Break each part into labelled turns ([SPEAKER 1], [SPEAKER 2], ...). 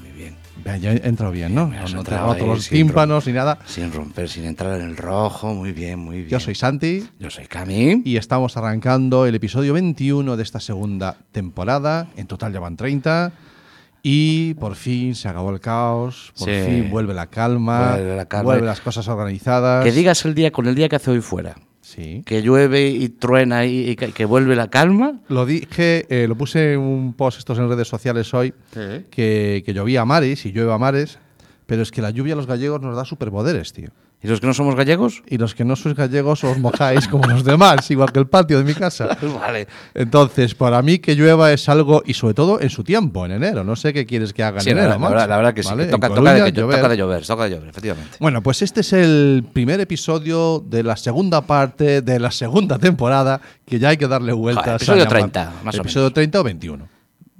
[SPEAKER 1] muy bien.
[SPEAKER 2] Vea, Ya he entrado bien, ¿no?
[SPEAKER 1] Me has
[SPEAKER 2] No, no te he
[SPEAKER 1] entrado
[SPEAKER 2] roto
[SPEAKER 1] ahí
[SPEAKER 2] los
[SPEAKER 1] sin
[SPEAKER 2] tímpanos ni nada.
[SPEAKER 1] Sin romper, sin entrar en el rojo. Muy bien, muy bien.
[SPEAKER 2] Yo soy Santi
[SPEAKER 1] Yo soy Cami.
[SPEAKER 2] y estamos arrancando el episodio 21 de esta segunda temporada. En total ya van 30. Y por fin se acabó el caos, por
[SPEAKER 1] Sí.
[SPEAKER 2] fin vuelve la calma,
[SPEAKER 1] Vuelve la calma.
[SPEAKER 2] vuelven las cosas organizadas.
[SPEAKER 1] Que digas el día con el día que hace hoy fuera.
[SPEAKER 2] Sí.
[SPEAKER 1] Que llueve y truena y, y que, que vuelve la calma.
[SPEAKER 2] Lo dije, eh, lo puse en un post estos en redes sociales hoy,
[SPEAKER 1] Sí.
[SPEAKER 2] que, que llovía a mares y llueve a mares, pero es que la lluvia a los gallegos nos da superpoderes, tío.
[SPEAKER 1] ¿Y los que no somos gallegos?
[SPEAKER 2] Y los que no sois gallegos os mojáis como los demás, igual que el patio de mi casa.
[SPEAKER 1] Vale.
[SPEAKER 2] Entonces, para mí que llueva es algo, y sobre todo en su tiempo, en enero. No sé qué quieres que haga
[SPEAKER 1] Sí,
[SPEAKER 2] en
[SPEAKER 1] la,
[SPEAKER 2] enero,
[SPEAKER 1] verdad- la
[SPEAKER 2] macho.
[SPEAKER 1] verdad, la verdad que sí.
[SPEAKER 2] ¿Vale?
[SPEAKER 1] que toca,
[SPEAKER 2] En
[SPEAKER 1] toca de
[SPEAKER 2] Coruña,
[SPEAKER 1] que-
[SPEAKER 2] llover.
[SPEAKER 1] toca de llover, toca de llover, efectivamente.
[SPEAKER 2] Bueno, pues este es el primer episodio de la segunda parte de la segunda temporada, que ya hay que darle vueltas.
[SPEAKER 1] Joder, episodio
[SPEAKER 2] a llamar.
[SPEAKER 1] 30, más o
[SPEAKER 2] Episodio
[SPEAKER 1] menos.
[SPEAKER 2] 30 o 21.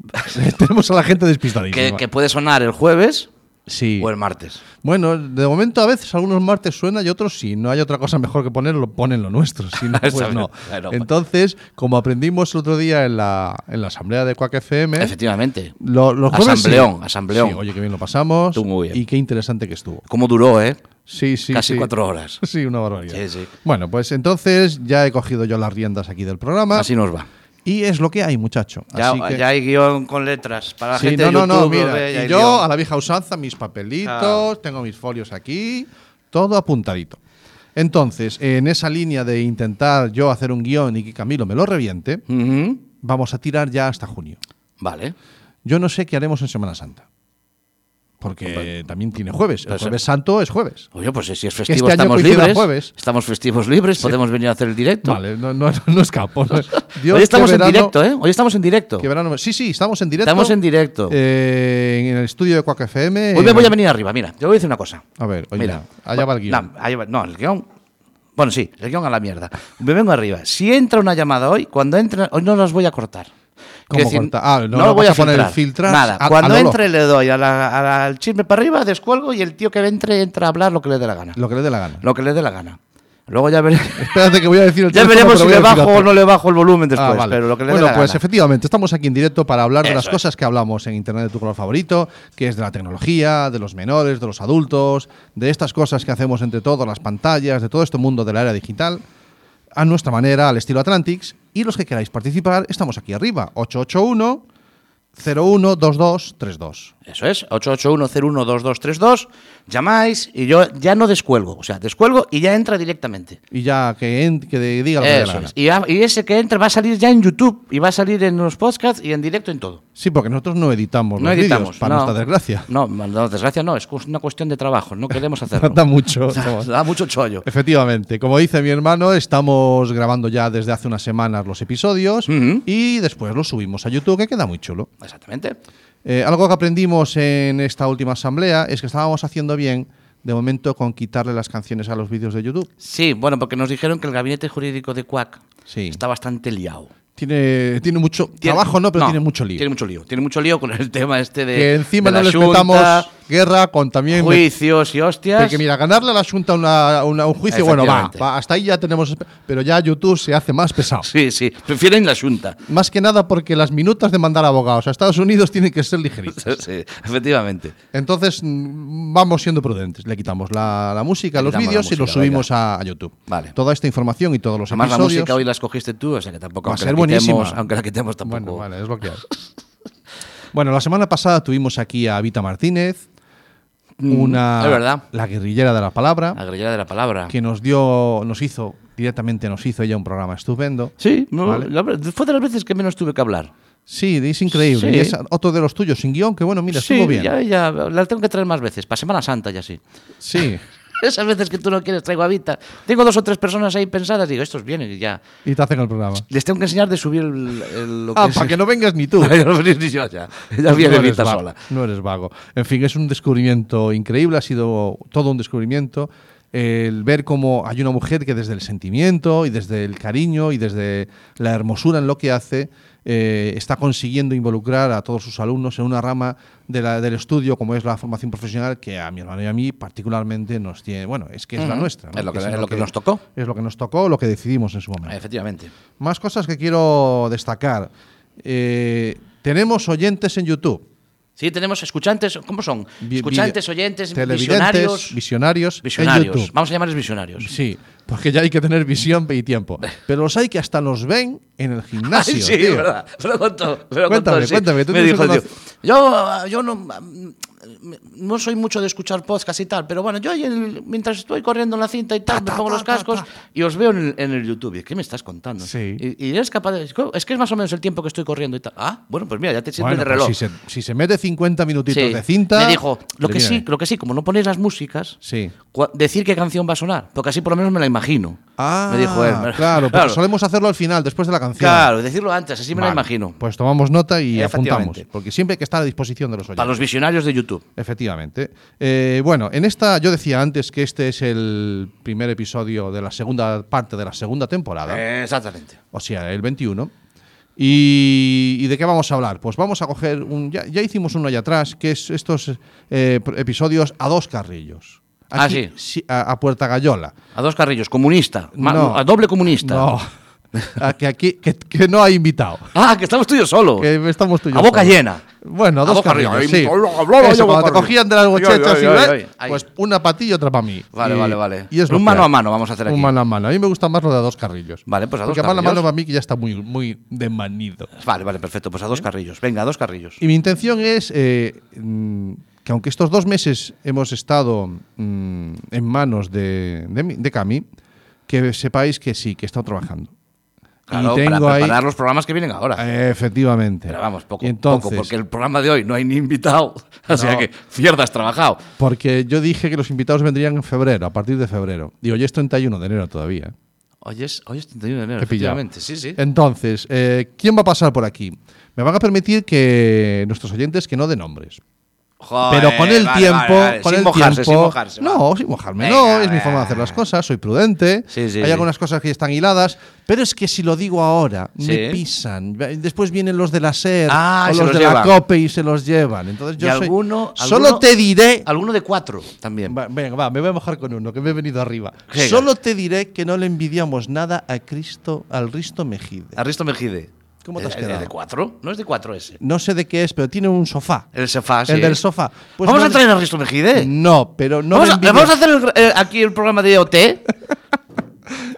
[SPEAKER 2] Tenemos a la gente despistadísima.
[SPEAKER 1] Que, que puede sonar el jueves
[SPEAKER 2] sí.
[SPEAKER 1] o el martes.
[SPEAKER 2] Bueno, de momento a veces algunos martes suena y otros sí. No hay otra cosa mejor que ponerlo, ponen lo nuestro. Si no,
[SPEAKER 1] Eso
[SPEAKER 2] pues no.
[SPEAKER 1] claro.
[SPEAKER 2] Entonces, como aprendimos el otro día en la, en la asamblea de Quack FM,
[SPEAKER 1] Efectivamente.
[SPEAKER 2] lo- los jueves sí.
[SPEAKER 1] Asambleón, asambleón.
[SPEAKER 2] Sí, oye, qué bien lo pasamos.
[SPEAKER 1] Estuvo muy bien.
[SPEAKER 2] Y qué interesante que estuvo.
[SPEAKER 1] ¿Cómo duró, eh?
[SPEAKER 2] Sí, sí.
[SPEAKER 1] Casi
[SPEAKER 2] sí. Pues
[SPEAKER 1] cuatro horas.
[SPEAKER 2] Sí, una barbaridad.
[SPEAKER 1] Sí, sí.
[SPEAKER 2] Bueno, pues entonces ya he cogido yo las riendas aquí del programa.
[SPEAKER 1] Así nos va.
[SPEAKER 2] Y es lo que hay, muchacho.
[SPEAKER 1] Ya,
[SPEAKER 2] Así que-
[SPEAKER 1] ya hay guión con letras para la
[SPEAKER 2] Sí,
[SPEAKER 1] gente
[SPEAKER 2] no,
[SPEAKER 1] de
[SPEAKER 2] no,
[SPEAKER 1] YouTube.
[SPEAKER 2] no,
[SPEAKER 1] lo
[SPEAKER 2] mira.
[SPEAKER 1] ve, ya
[SPEAKER 2] y
[SPEAKER 1] hay
[SPEAKER 2] yo
[SPEAKER 1] guión.
[SPEAKER 2] a la vieja usanza, mis papelitos,
[SPEAKER 1] Ah.
[SPEAKER 2] tengo mis folios aquí, todo apuntadito. Entonces, en esa línea de intentar yo hacer un guión y que Camilo me lo reviente,
[SPEAKER 1] Ujú.
[SPEAKER 2] vamos a tirar ya hasta junio.
[SPEAKER 1] Vale.
[SPEAKER 2] Yo no sé qué haremos en Semana Santa. Porque también tiene jueves. El
[SPEAKER 1] Pues,
[SPEAKER 2] jueves santo es jueves.
[SPEAKER 1] Oye, pues si es festivo
[SPEAKER 2] Este año
[SPEAKER 1] estamos
[SPEAKER 2] coincide a
[SPEAKER 1] libres.
[SPEAKER 2] jueves.
[SPEAKER 1] Estamos festivos libres, podemos venir a hacer el directo.
[SPEAKER 2] Vale, no, no, no escapo. Dios,
[SPEAKER 1] Hoy
[SPEAKER 2] qué
[SPEAKER 1] estamos en
[SPEAKER 2] verano-
[SPEAKER 1] directo, ¿eh? Hoy estamos en directo.
[SPEAKER 2] qué verano me- Sí, sí, estamos en directo.
[SPEAKER 1] Estamos en directo.
[SPEAKER 2] Eh, en el estudio de Quack FM.
[SPEAKER 1] Hoy me voy a venir arriba, mira, yo voy a decir una cosa.
[SPEAKER 2] A ver, oye,
[SPEAKER 1] mira,
[SPEAKER 2] allá va el guión.
[SPEAKER 1] No, allá va- no, el guión. Bueno, sí, el guión a la mierda. Me vengo arriba. Si entra una llamada hoy, cuando entre, hoy no las voy a cortar.
[SPEAKER 2] ¿Cómo
[SPEAKER 1] Quiero
[SPEAKER 2] corta? Ah, no
[SPEAKER 1] lo
[SPEAKER 2] lo
[SPEAKER 1] voy
[SPEAKER 2] vas
[SPEAKER 1] a,
[SPEAKER 2] a poner
[SPEAKER 1] filtrar.
[SPEAKER 2] filtrar
[SPEAKER 1] Nada,
[SPEAKER 2] a-
[SPEAKER 1] cuando
[SPEAKER 2] a lo
[SPEAKER 1] entre le doy a la- a la- al chisme para arriba, descuelgo y el tío que entre entra a hablar lo que le dé la gana.
[SPEAKER 2] Lo que le dé la gana.
[SPEAKER 1] Lo que le dé la gana. Luego ya, vere-
[SPEAKER 2] Espérate que voy a decir el
[SPEAKER 1] ya
[SPEAKER 2] teléfono,
[SPEAKER 1] veremos
[SPEAKER 2] pero
[SPEAKER 1] si
[SPEAKER 2] voy a
[SPEAKER 1] le
[SPEAKER 2] decir
[SPEAKER 1] bajo o
[SPEAKER 2] otro.
[SPEAKER 1] no le bajo el volumen
[SPEAKER 2] Ah,
[SPEAKER 1] después,
[SPEAKER 2] vale.
[SPEAKER 1] pero lo que le
[SPEAKER 2] bueno,
[SPEAKER 1] dé la
[SPEAKER 2] pues
[SPEAKER 1] gana.
[SPEAKER 2] efectivamente, estamos aquí en directo para hablar de
[SPEAKER 1] Eso
[SPEAKER 2] las
[SPEAKER 1] es.
[SPEAKER 2] cosas que hablamos en Internet de tu color favorito, que es de la tecnología, de los menores, de los adultos, de estas cosas que hacemos entre todos, las pantallas, de todo este mundo de la era digital, a nuestra manera, al estilo Atlantics. Y los que queráis participar, estamos aquí arriba, 881 012232.
[SPEAKER 1] Eso es, 881012232. Llamáis y yo ya no descuelgo. O sea, descuelgo y ya entra directamente.
[SPEAKER 2] Y ya que, en- que de- diga lo que le dé la
[SPEAKER 1] Eso
[SPEAKER 2] gana.
[SPEAKER 1] es. Y, a- y ese que entra va a salir ya en YouTube y va a salir en los podcasts y en directo en todo.
[SPEAKER 2] Sí, porque nosotros no editamos
[SPEAKER 1] No
[SPEAKER 2] los vídeos,
[SPEAKER 1] editamos.
[SPEAKER 2] para
[SPEAKER 1] no.
[SPEAKER 2] nuestra desgracia.
[SPEAKER 1] No, no, desgracia no, es una cuestión de trabajo, no queremos hacerlo.
[SPEAKER 2] Falta mucho. vamos.
[SPEAKER 1] Da mucho chollo.
[SPEAKER 2] Efectivamente, como dice mi hermano, estamos grabando ya desde hace unas semanas los episodios
[SPEAKER 1] Ujú.
[SPEAKER 2] y después los subimos a YouTube, que queda muy chulo.
[SPEAKER 1] Exactamente.
[SPEAKER 2] Eh, algo que aprendimos en esta última asamblea es que estábamos haciendo bien, de momento, con quitarle las canciones a los vídeos de YouTube.
[SPEAKER 1] Sí, bueno, porque nos dijeron que el gabinete jurídico de Cuac
[SPEAKER 2] Sí.
[SPEAKER 1] está bastante liado.
[SPEAKER 2] Tiene, tiene mucho
[SPEAKER 1] Tiene-
[SPEAKER 2] trabajo, no, pero tiene mucho lío.
[SPEAKER 1] Tiene mucho lío. Tiene mucho lío con el tema este de.
[SPEAKER 2] que encima
[SPEAKER 1] de
[SPEAKER 2] no
[SPEAKER 1] la
[SPEAKER 2] les
[SPEAKER 1] Xunta,
[SPEAKER 2] metamos guerra con también...
[SPEAKER 1] Juicios y hostias.
[SPEAKER 2] Porque mira, ganarle a la Junta una, una- un juicio, bueno, va,
[SPEAKER 1] Efectivamente.
[SPEAKER 2] va, hasta ahí ya tenemos... Pero ya YouTube se hace más pesado.
[SPEAKER 1] Sí, sí. Prefieren la Junta.
[SPEAKER 2] Más que nada porque las minutas de mandar abogados a Estados Unidos tienen que ser ligeritas.
[SPEAKER 1] Sí, efectivamente.
[SPEAKER 2] Entonces mm, vamos siendo prudentes. Le quitamos la, la música,
[SPEAKER 1] Le
[SPEAKER 2] los
[SPEAKER 1] quitamos la
[SPEAKER 2] vídeos y los
[SPEAKER 1] música,
[SPEAKER 2] subimos a, a YouTube.
[SPEAKER 1] Vale.
[SPEAKER 2] Toda esta información y todos los
[SPEAKER 1] Además, la
[SPEAKER 2] episodios.
[SPEAKER 1] música hoy la escogiste tú, o sea que tampoco.
[SPEAKER 2] va a
[SPEAKER 1] aunque
[SPEAKER 2] ser
[SPEAKER 1] la quitemos-
[SPEAKER 2] buenísima.
[SPEAKER 1] Aunque la quitemos tampoco.
[SPEAKER 2] Bueno, vale, es lo que hay. bueno, la semana pasada tuvimos aquí a Vita Martínez, una ¿Ah?
[SPEAKER 1] Mm, es verdad.
[SPEAKER 2] la guerrillera de la
[SPEAKER 1] La
[SPEAKER 2] palabra,
[SPEAKER 1] guerrilla de la palabra.
[SPEAKER 2] que nos dio, nos hizo directamente, nos hizo ella un programa estupendo.
[SPEAKER 1] Sí, no,
[SPEAKER 2] Vale.
[SPEAKER 1] la verdad, fue de las veces que menos tuve que hablar.
[SPEAKER 2] Sí, es increíble.
[SPEAKER 1] Sí.
[SPEAKER 2] Y es otro de los tuyos, sin guión, que bueno, mira,
[SPEAKER 1] sí,
[SPEAKER 2] estuvo bien.
[SPEAKER 1] ya, ya, la tengo que traer más veces, para Semana Santa ya sí.
[SPEAKER 2] Sí.
[SPEAKER 1] Esas veces que tú no quieres traigo a Vita. Tengo dos o tres personas ahí pensadas, digo, estos vienen y ya.
[SPEAKER 2] Y te hacen el programa.
[SPEAKER 1] Les tengo que enseñar de subir el, el- lo
[SPEAKER 2] Ah,
[SPEAKER 1] que es-
[SPEAKER 2] para que no vengas ni tú. Pues
[SPEAKER 1] Ya no venís ni yo, ya. Ya viene
[SPEAKER 2] eres
[SPEAKER 1] Vita
[SPEAKER 2] vago,
[SPEAKER 1] sola.
[SPEAKER 2] no eres vago. En fin, es un descubrimiento increíble, ha sido todo un descubrimiento. El ver cómo hay una mujer que desde el sentimiento y desde el cariño y desde la hermosura en lo que hace, eh, está consiguiendo involucrar a todos sus alumnos en una rama de la- del estudio como es la formación profesional, que a mi hermano y a mí particularmente nos tiene, bueno, es que es la
[SPEAKER 1] Ujú.
[SPEAKER 2] nuestra.
[SPEAKER 1] Es lo que- es lo que nos tocó.
[SPEAKER 2] Es lo que nos tocó, lo que decidimos en su momento.
[SPEAKER 1] Efectivamente.
[SPEAKER 2] Más cosas que quiero destacar. Eh, tenemos oyentes en YouTube.
[SPEAKER 1] Sí, tenemos escuchantes, ¿cómo son?
[SPEAKER 2] Vi-
[SPEAKER 1] Escuchantes,
[SPEAKER 2] vide-
[SPEAKER 1] oyentes,
[SPEAKER 2] televidentes,
[SPEAKER 1] visionarios.
[SPEAKER 2] visionarios, en
[SPEAKER 1] Visionarios.
[SPEAKER 2] YouTube.
[SPEAKER 1] Vamos a llamarles visionarios.
[SPEAKER 2] Sí, porque ya hay que tener visión y tiempo. Pero los hay que hasta nos ven en el gimnasio.
[SPEAKER 1] Ay, sí,
[SPEAKER 2] tío.
[SPEAKER 1] verdad. Me lo contó. me lo
[SPEAKER 2] Cuéntame,
[SPEAKER 1] contó, sí.
[SPEAKER 2] cuéntame, tú
[SPEAKER 1] me
[SPEAKER 2] tienes
[SPEAKER 1] dijo,
[SPEAKER 2] un
[SPEAKER 1] tío,
[SPEAKER 2] conoc-
[SPEAKER 1] yo, yo no, mm, no soy mucho de escuchar podcast y tal, pero bueno, yo ahí en el- mientras estoy corriendo en la cinta y tal, me pongo los cascos y os veo en el, en el YouTube. ¿Qué me estás contando?
[SPEAKER 2] Sí.
[SPEAKER 1] Y, y eres capaz de... Es que es más o menos el tiempo que estoy corriendo y tal. Ah, bueno, pues mira, ya te sirve
[SPEAKER 2] Bueno,
[SPEAKER 1] el
[SPEAKER 2] pues
[SPEAKER 1] reloj.
[SPEAKER 2] si, se, si se mete 50 minutitos
[SPEAKER 1] Sí.
[SPEAKER 2] de cinta. Pues eh.
[SPEAKER 1] Me dijo, lo
[SPEAKER 2] le
[SPEAKER 1] que sí,
[SPEAKER 2] viene.
[SPEAKER 1] lo que sí, como no ponéis las músicas,
[SPEAKER 2] Sí.
[SPEAKER 1] cua- decir qué canción va a sonar, porque así por lo menos me la imagino.
[SPEAKER 2] Ah,
[SPEAKER 1] me dijo él.
[SPEAKER 2] claro, porque solemos hacerlo al final, después de la canción.
[SPEAKER 1] Claro, decirlo antes, así me la
[SPEAKER 2] Vale,
[SPEAKER 1] imagino.
[SPEAKER 2] Pues tomamos nota y
[SPEAKER 1] Efectivamente.
[SPEAKER 2] apuntamos. Porque siempre hay que estar a disposición de los oyentes.
[SPEAKER 1] Para los visionarios de YouTube.
[SPEAKER 2] Efectivamente. Eh, bueno, en esta, yo decía antes que este es el primer episodio de la segunda parte de la segunda temporada.
[SPEAKER 1] Exactamente.
[SPEAKER 2] o sea, el 21. ¿Y, y de qué vamos a hablar? Pues vamos a coger un. Ya, ya hicimos uno allá atrás, que es estos eh, pr- episodios a dos carrillos.
[SPEAKER 1] Ah,
[SPEAKER 2] Aquí,
[SPEAKER 1] sí.
[SPEAKER 2] a, a Puerta Gallola.
[SPEAKER 1] A dos carrillos, comunista. ma-
[SPEAKER 2] No.
[SPEAKER 1] a doble comunista.
[SPEAKER 2] No. A que aquí que, que no hay invitado.
[SPEAKER 1] Ah, que estamos tú y yo solo.
[SPEAKER 2] Que estamos tú y yo
[SPEAKER 1] a boca
[SPEAKER 2] solos.
[SPEAKER 1] llena.
[SPEAKER 2] Bueno, a
[SPEAKER 1] A
[SPEAKER 2] dos
[SPEAKER 1] boca
[SPEAKER 2] carrillos.
[SPEAKER 1] arriba, ahí,
[SPEAKER 2] sí.
[SPEAKER 1] bla, bla, bla, bla,
[SPEAKER 2] Eso,
[SPEAKER 1] boca
[SPEAKER 2] cuando te
[SPEAKER 1] arriba.
[SPEAKER 2] cogían de las
[SPEAKER 1] Ay, ay,
[SPEAKER 2] bochechas
[SPEAKER 1] ay,
[SPEAKER 2] y
[SPEAKER 1] ay,
[SPEAKER 2] ves,
[SPEAKER 1] ay, ay.
[SPEAKER 2] pues una para ti y otra para mí.
[SPEAKER 1] Vale,
[SPEAKER 2] Y-
[SPEAKER 1] vale, vale.
[SPEAKER 2] y es lo
[SPEAKER 1] Un
[SPEAKER 2] que
[SPEAKER 1] mano
[SPEAKER 2] hay.
[SPEAKER 1] a mano vamos a hacer aquí.
[SPEAKER 2] Un mano a mano. A mí me gusta más lo de a dos carrillos.
[SPEAKER 1] Vale, pues a dos
[SPEAKER 2] Porque mano a
[SPEAKER 1] carrillos.
[SPEAKER 2] mano para mí que ya está muy, muy demanido.
[SPEAKER 1] Vale, vale, perfecto. Pues a dos carrillos. Venga, a dos carrillos.
[SPEAKER 2] Y mi intención es eh, mm, que aunque estos dos meses hemos estado mm, en manos de, de, mi- de Cami, que sepáis que sí, que he estado trabajando.
[SPEAKER 1] Claro, para preparar los programas que vienen ahora.
[SPEAKER 2] eh, efectivamente.
[SPEAKER 1] Pero vamos, poco,
[SPEAKER 2] Y entonces,
[SPEAKER 1] poco, porque el programa de hoy no hay ni invitado. O sea
[SPEAKER 2] No.
[SPEAKER 1] que pierdas trabajado.
[SPEAKER 2] porque yo dije que los invitados vendrían en febrero, a partir de febrero. Y hoy es 31 de enero todavía. ¿eh?
[SPEAKER 1] Hoy es, hoy es 31 de enero,
[SPEAKER 2] He pillado.
[SPEAKER 1] efectivamente. Sí, sí.
[SPEAKER 2] Entonces, eh, ¿quién va a pasar por aquí? Me van a permitir que nuestros oyentes que no den nombres.
[SPEAKER 1] Joder,
[SPEAKER 2] Pero con el
[SPEAKER 1] vale,
[SPEAKER 2] tiempo,
[SPEAKER 1] vale, vale.
[SPEAKER 2] con
[SPEAKER 1] sin
[SPEAKER 2] el
[SPEAKER 1] mojarse,
[SPEAKER 2] tiempo,
[SPEAKER 1] sin mojarse. va.
[SPEAKER 2] no, sin mojarme,
[SPEAKER 1] Venga,
[SPEAKER 2] no, es
[SPEAKER 1] venga.
[SPEAKER 2] mi forma de hacer las cosas, soy prudente.
[SPEAKER 1] Sí, sí,
[SPEAKER 2] hay
[SPEAKER 1] sí.
[SPEAKER 2] algunas cosas que están hiladas, pero es que si lo digo ahora me
[SPEAKER 1] Sí.
[SPEAKER 2] pisan. Después vienen los de la SER
[SPEAKER 1] Ah,
[SPEAKER 2] o
[SPEAKER 1] y
[SPEAKER 2] los,
[SPEAKER 1] se los
[SPEAKER 2] de la
[SPEAKER 1] llevan.
[SPEAKER 2] COPE y se los llevan. Entonces yo
[SPEAKER 1] Y
[SPEAKER 2] soy-
[SPEAKER 1] alguno-
[SPEAKER 2] solo
[SPEAKER 1] alguno-
[SPEAKER 2] te diré
[SPEAKER 1] Alguno de cuatro también.
[SPEAKER 2] Va, venga, va, me voy a mojar con uno que me he venido arriba.
[SPEAKER 1] Venga.
[SPEAKER 2] Solo te diré que no le envidiamos nada a Cristo, al Risto Mejide.
[SPEAKER 1] Aristo Mejide.
[SPEAKER 2] ¿Cómo te has
[SPEAKER 1] Eh,
[SPEAKER 2] quedado?
[SPEAKER 1] ¿Es de cuatro? No es de cuatro ese.
[SPEAKER 2] No sé de qué es, pero tiene un sofá.
[SPEAKER 1] El sofá, sí.
[SPEAKER 2] El del sofá. Pues
[SPEAKER 1] vamos
[SPEAKER 2] no
[SPEAKER 1] a traer a Risto Mejide.
[SPEAKER 2] No, pero no
[SPEAKER 1] vamos,
[SPEAKER 2] le
[SPEAKER 1] a,
[SPEAKER 2] envidio-
[SPEAKER 1] vamos a hacer el- eh, aquí el programa de OT.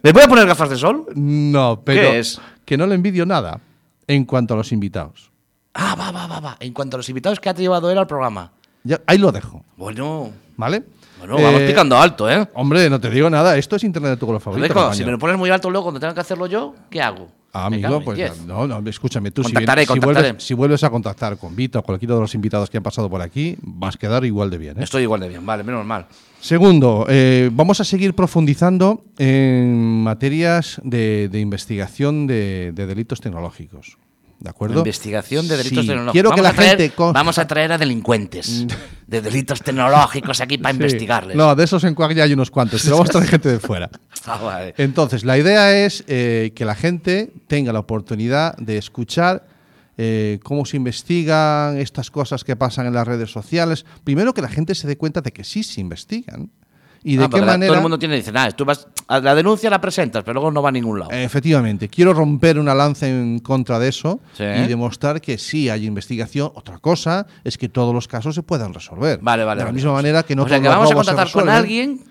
[SPEAKER 1] ¿Le voy a poner gafas de sol?
[SPEAKER 2] No, pero
[SPEAKER 1] ¿Qué es?
[SPEAKER 2] que no le envidio nada en cuanto a los invitados.
[SPEAKER 1] Ah, va, va, va, va. En cuanto a los invitados que ha llevado él al programa.
[SPEAKER 2] Ya, ahí lo dejo,
[SPEAKER 1] Bueno,
[SPEAKER 2] ¿vale?
[SPEAKER 1] bueno, vamos
[SPEAKER 2] Eh,
[SPEAKER 1] picando alto, ¿eh?
[SPEAKER 2] Hombre, no te digo nada, esto es internet de tu color favorito.
[SPEAKER 1] Deco, si
[SPEAKER 2] compañero.
[SPEAKER 1] me lo pones muy alto luego cuando tenga que hacerlo yo, ¿qué hago?
[SPEAKER 2] Ah,
[SPEAKER 1] Me
[SPEAKER 2] amigo,
[SPEAKER 1] cago en
[SPEAKER 2] pues
[SPEAKER 1] diez.
[SPEAKER 2] no, no, escúchame, tú si
[SPEAKER 1] Contactaré,
[SPEAKER 2] vienes- si,
[SPEAKER 1] contactaré.
[SPEAKER 2] vuelves, si vuelves a contactar con Vito o cualquiera de los invitados que han pasado por aquí, vas a quedar igual de bien. ¿eh?
[SPEAKER 1] Estoy igual de bien, vale, menos mal.
[SPEAKER 2] Segundo, eh, vamos a seguir profundizando en materias de, de investigación de, de delitos tecnológicos. ¿De acuerdo?
[SPEAKER 1] Investigación de delitos
[SPEAKER 2] Sí,
[SPEAKER 1] tecnológicos.
[SPEAKER 2] Quiero que
[SPEAKER 1] Vamos
[SPEAKER 2] la
[SPEAKER 1] a traer-
[SPEAKER 2] gente. con-
[SPEAKER 1] Vamos a traer a delincuentes de delitos tecnológicos aquí para
[SPEAKER 2] Sí.
[SPEAKER 1] investigarles.
[SPEAKER 2] No, de esos en Cuac ya hay unos cuantos, pero vamos a traer gente de fuera.
[SPEAKER 1] Ah, vale.
[SPEAKER 2] Entonces, la idea es eh, que la gente tenga la oportunidad de escuchar eh, cómo se investigan estas cosas que pasan en las redes sociales. Primero que la gente se dé cuenta de que sí se investigan y de
[SPEAKER 1] Ah,
[SPEAKER 2] qué
[SPEAKER 1] porque la-
[SPEAKER 2] manera.
[SPEAKER 1] Todo el mundo tiene dice, nada, tú vas a la denuncia la presentas, pero luego no va a ningún
[SPEAKER 2] Eh,
[SPEAKER 1] lado.
[SPEAKER 2] Efectivamente, quiero romper una lanza en contra de eso
[SPEAKER 1] Sí.
[SPEAKER 2] y demostrar que sí hay investigación. Otra cosa es que todos los casos se puedan resolver.
[SPEAKER 1] vale, vale.
[SPEAKER 2] De la
[SPEAKER 1] vale.
[SPEAKER 2] misma manera que no
[SPEAKER 1] O sea,
[SPEAKER 2] todos
[SPEAKER 1] que
[SPEAKER 2] los
[SPEAKER 1] vamos a
[SPEAKER 2] robos se
[SPEAKER 1] contratar con
[SPEAKER 2] resuelven.
[SPEAKER 1] alguien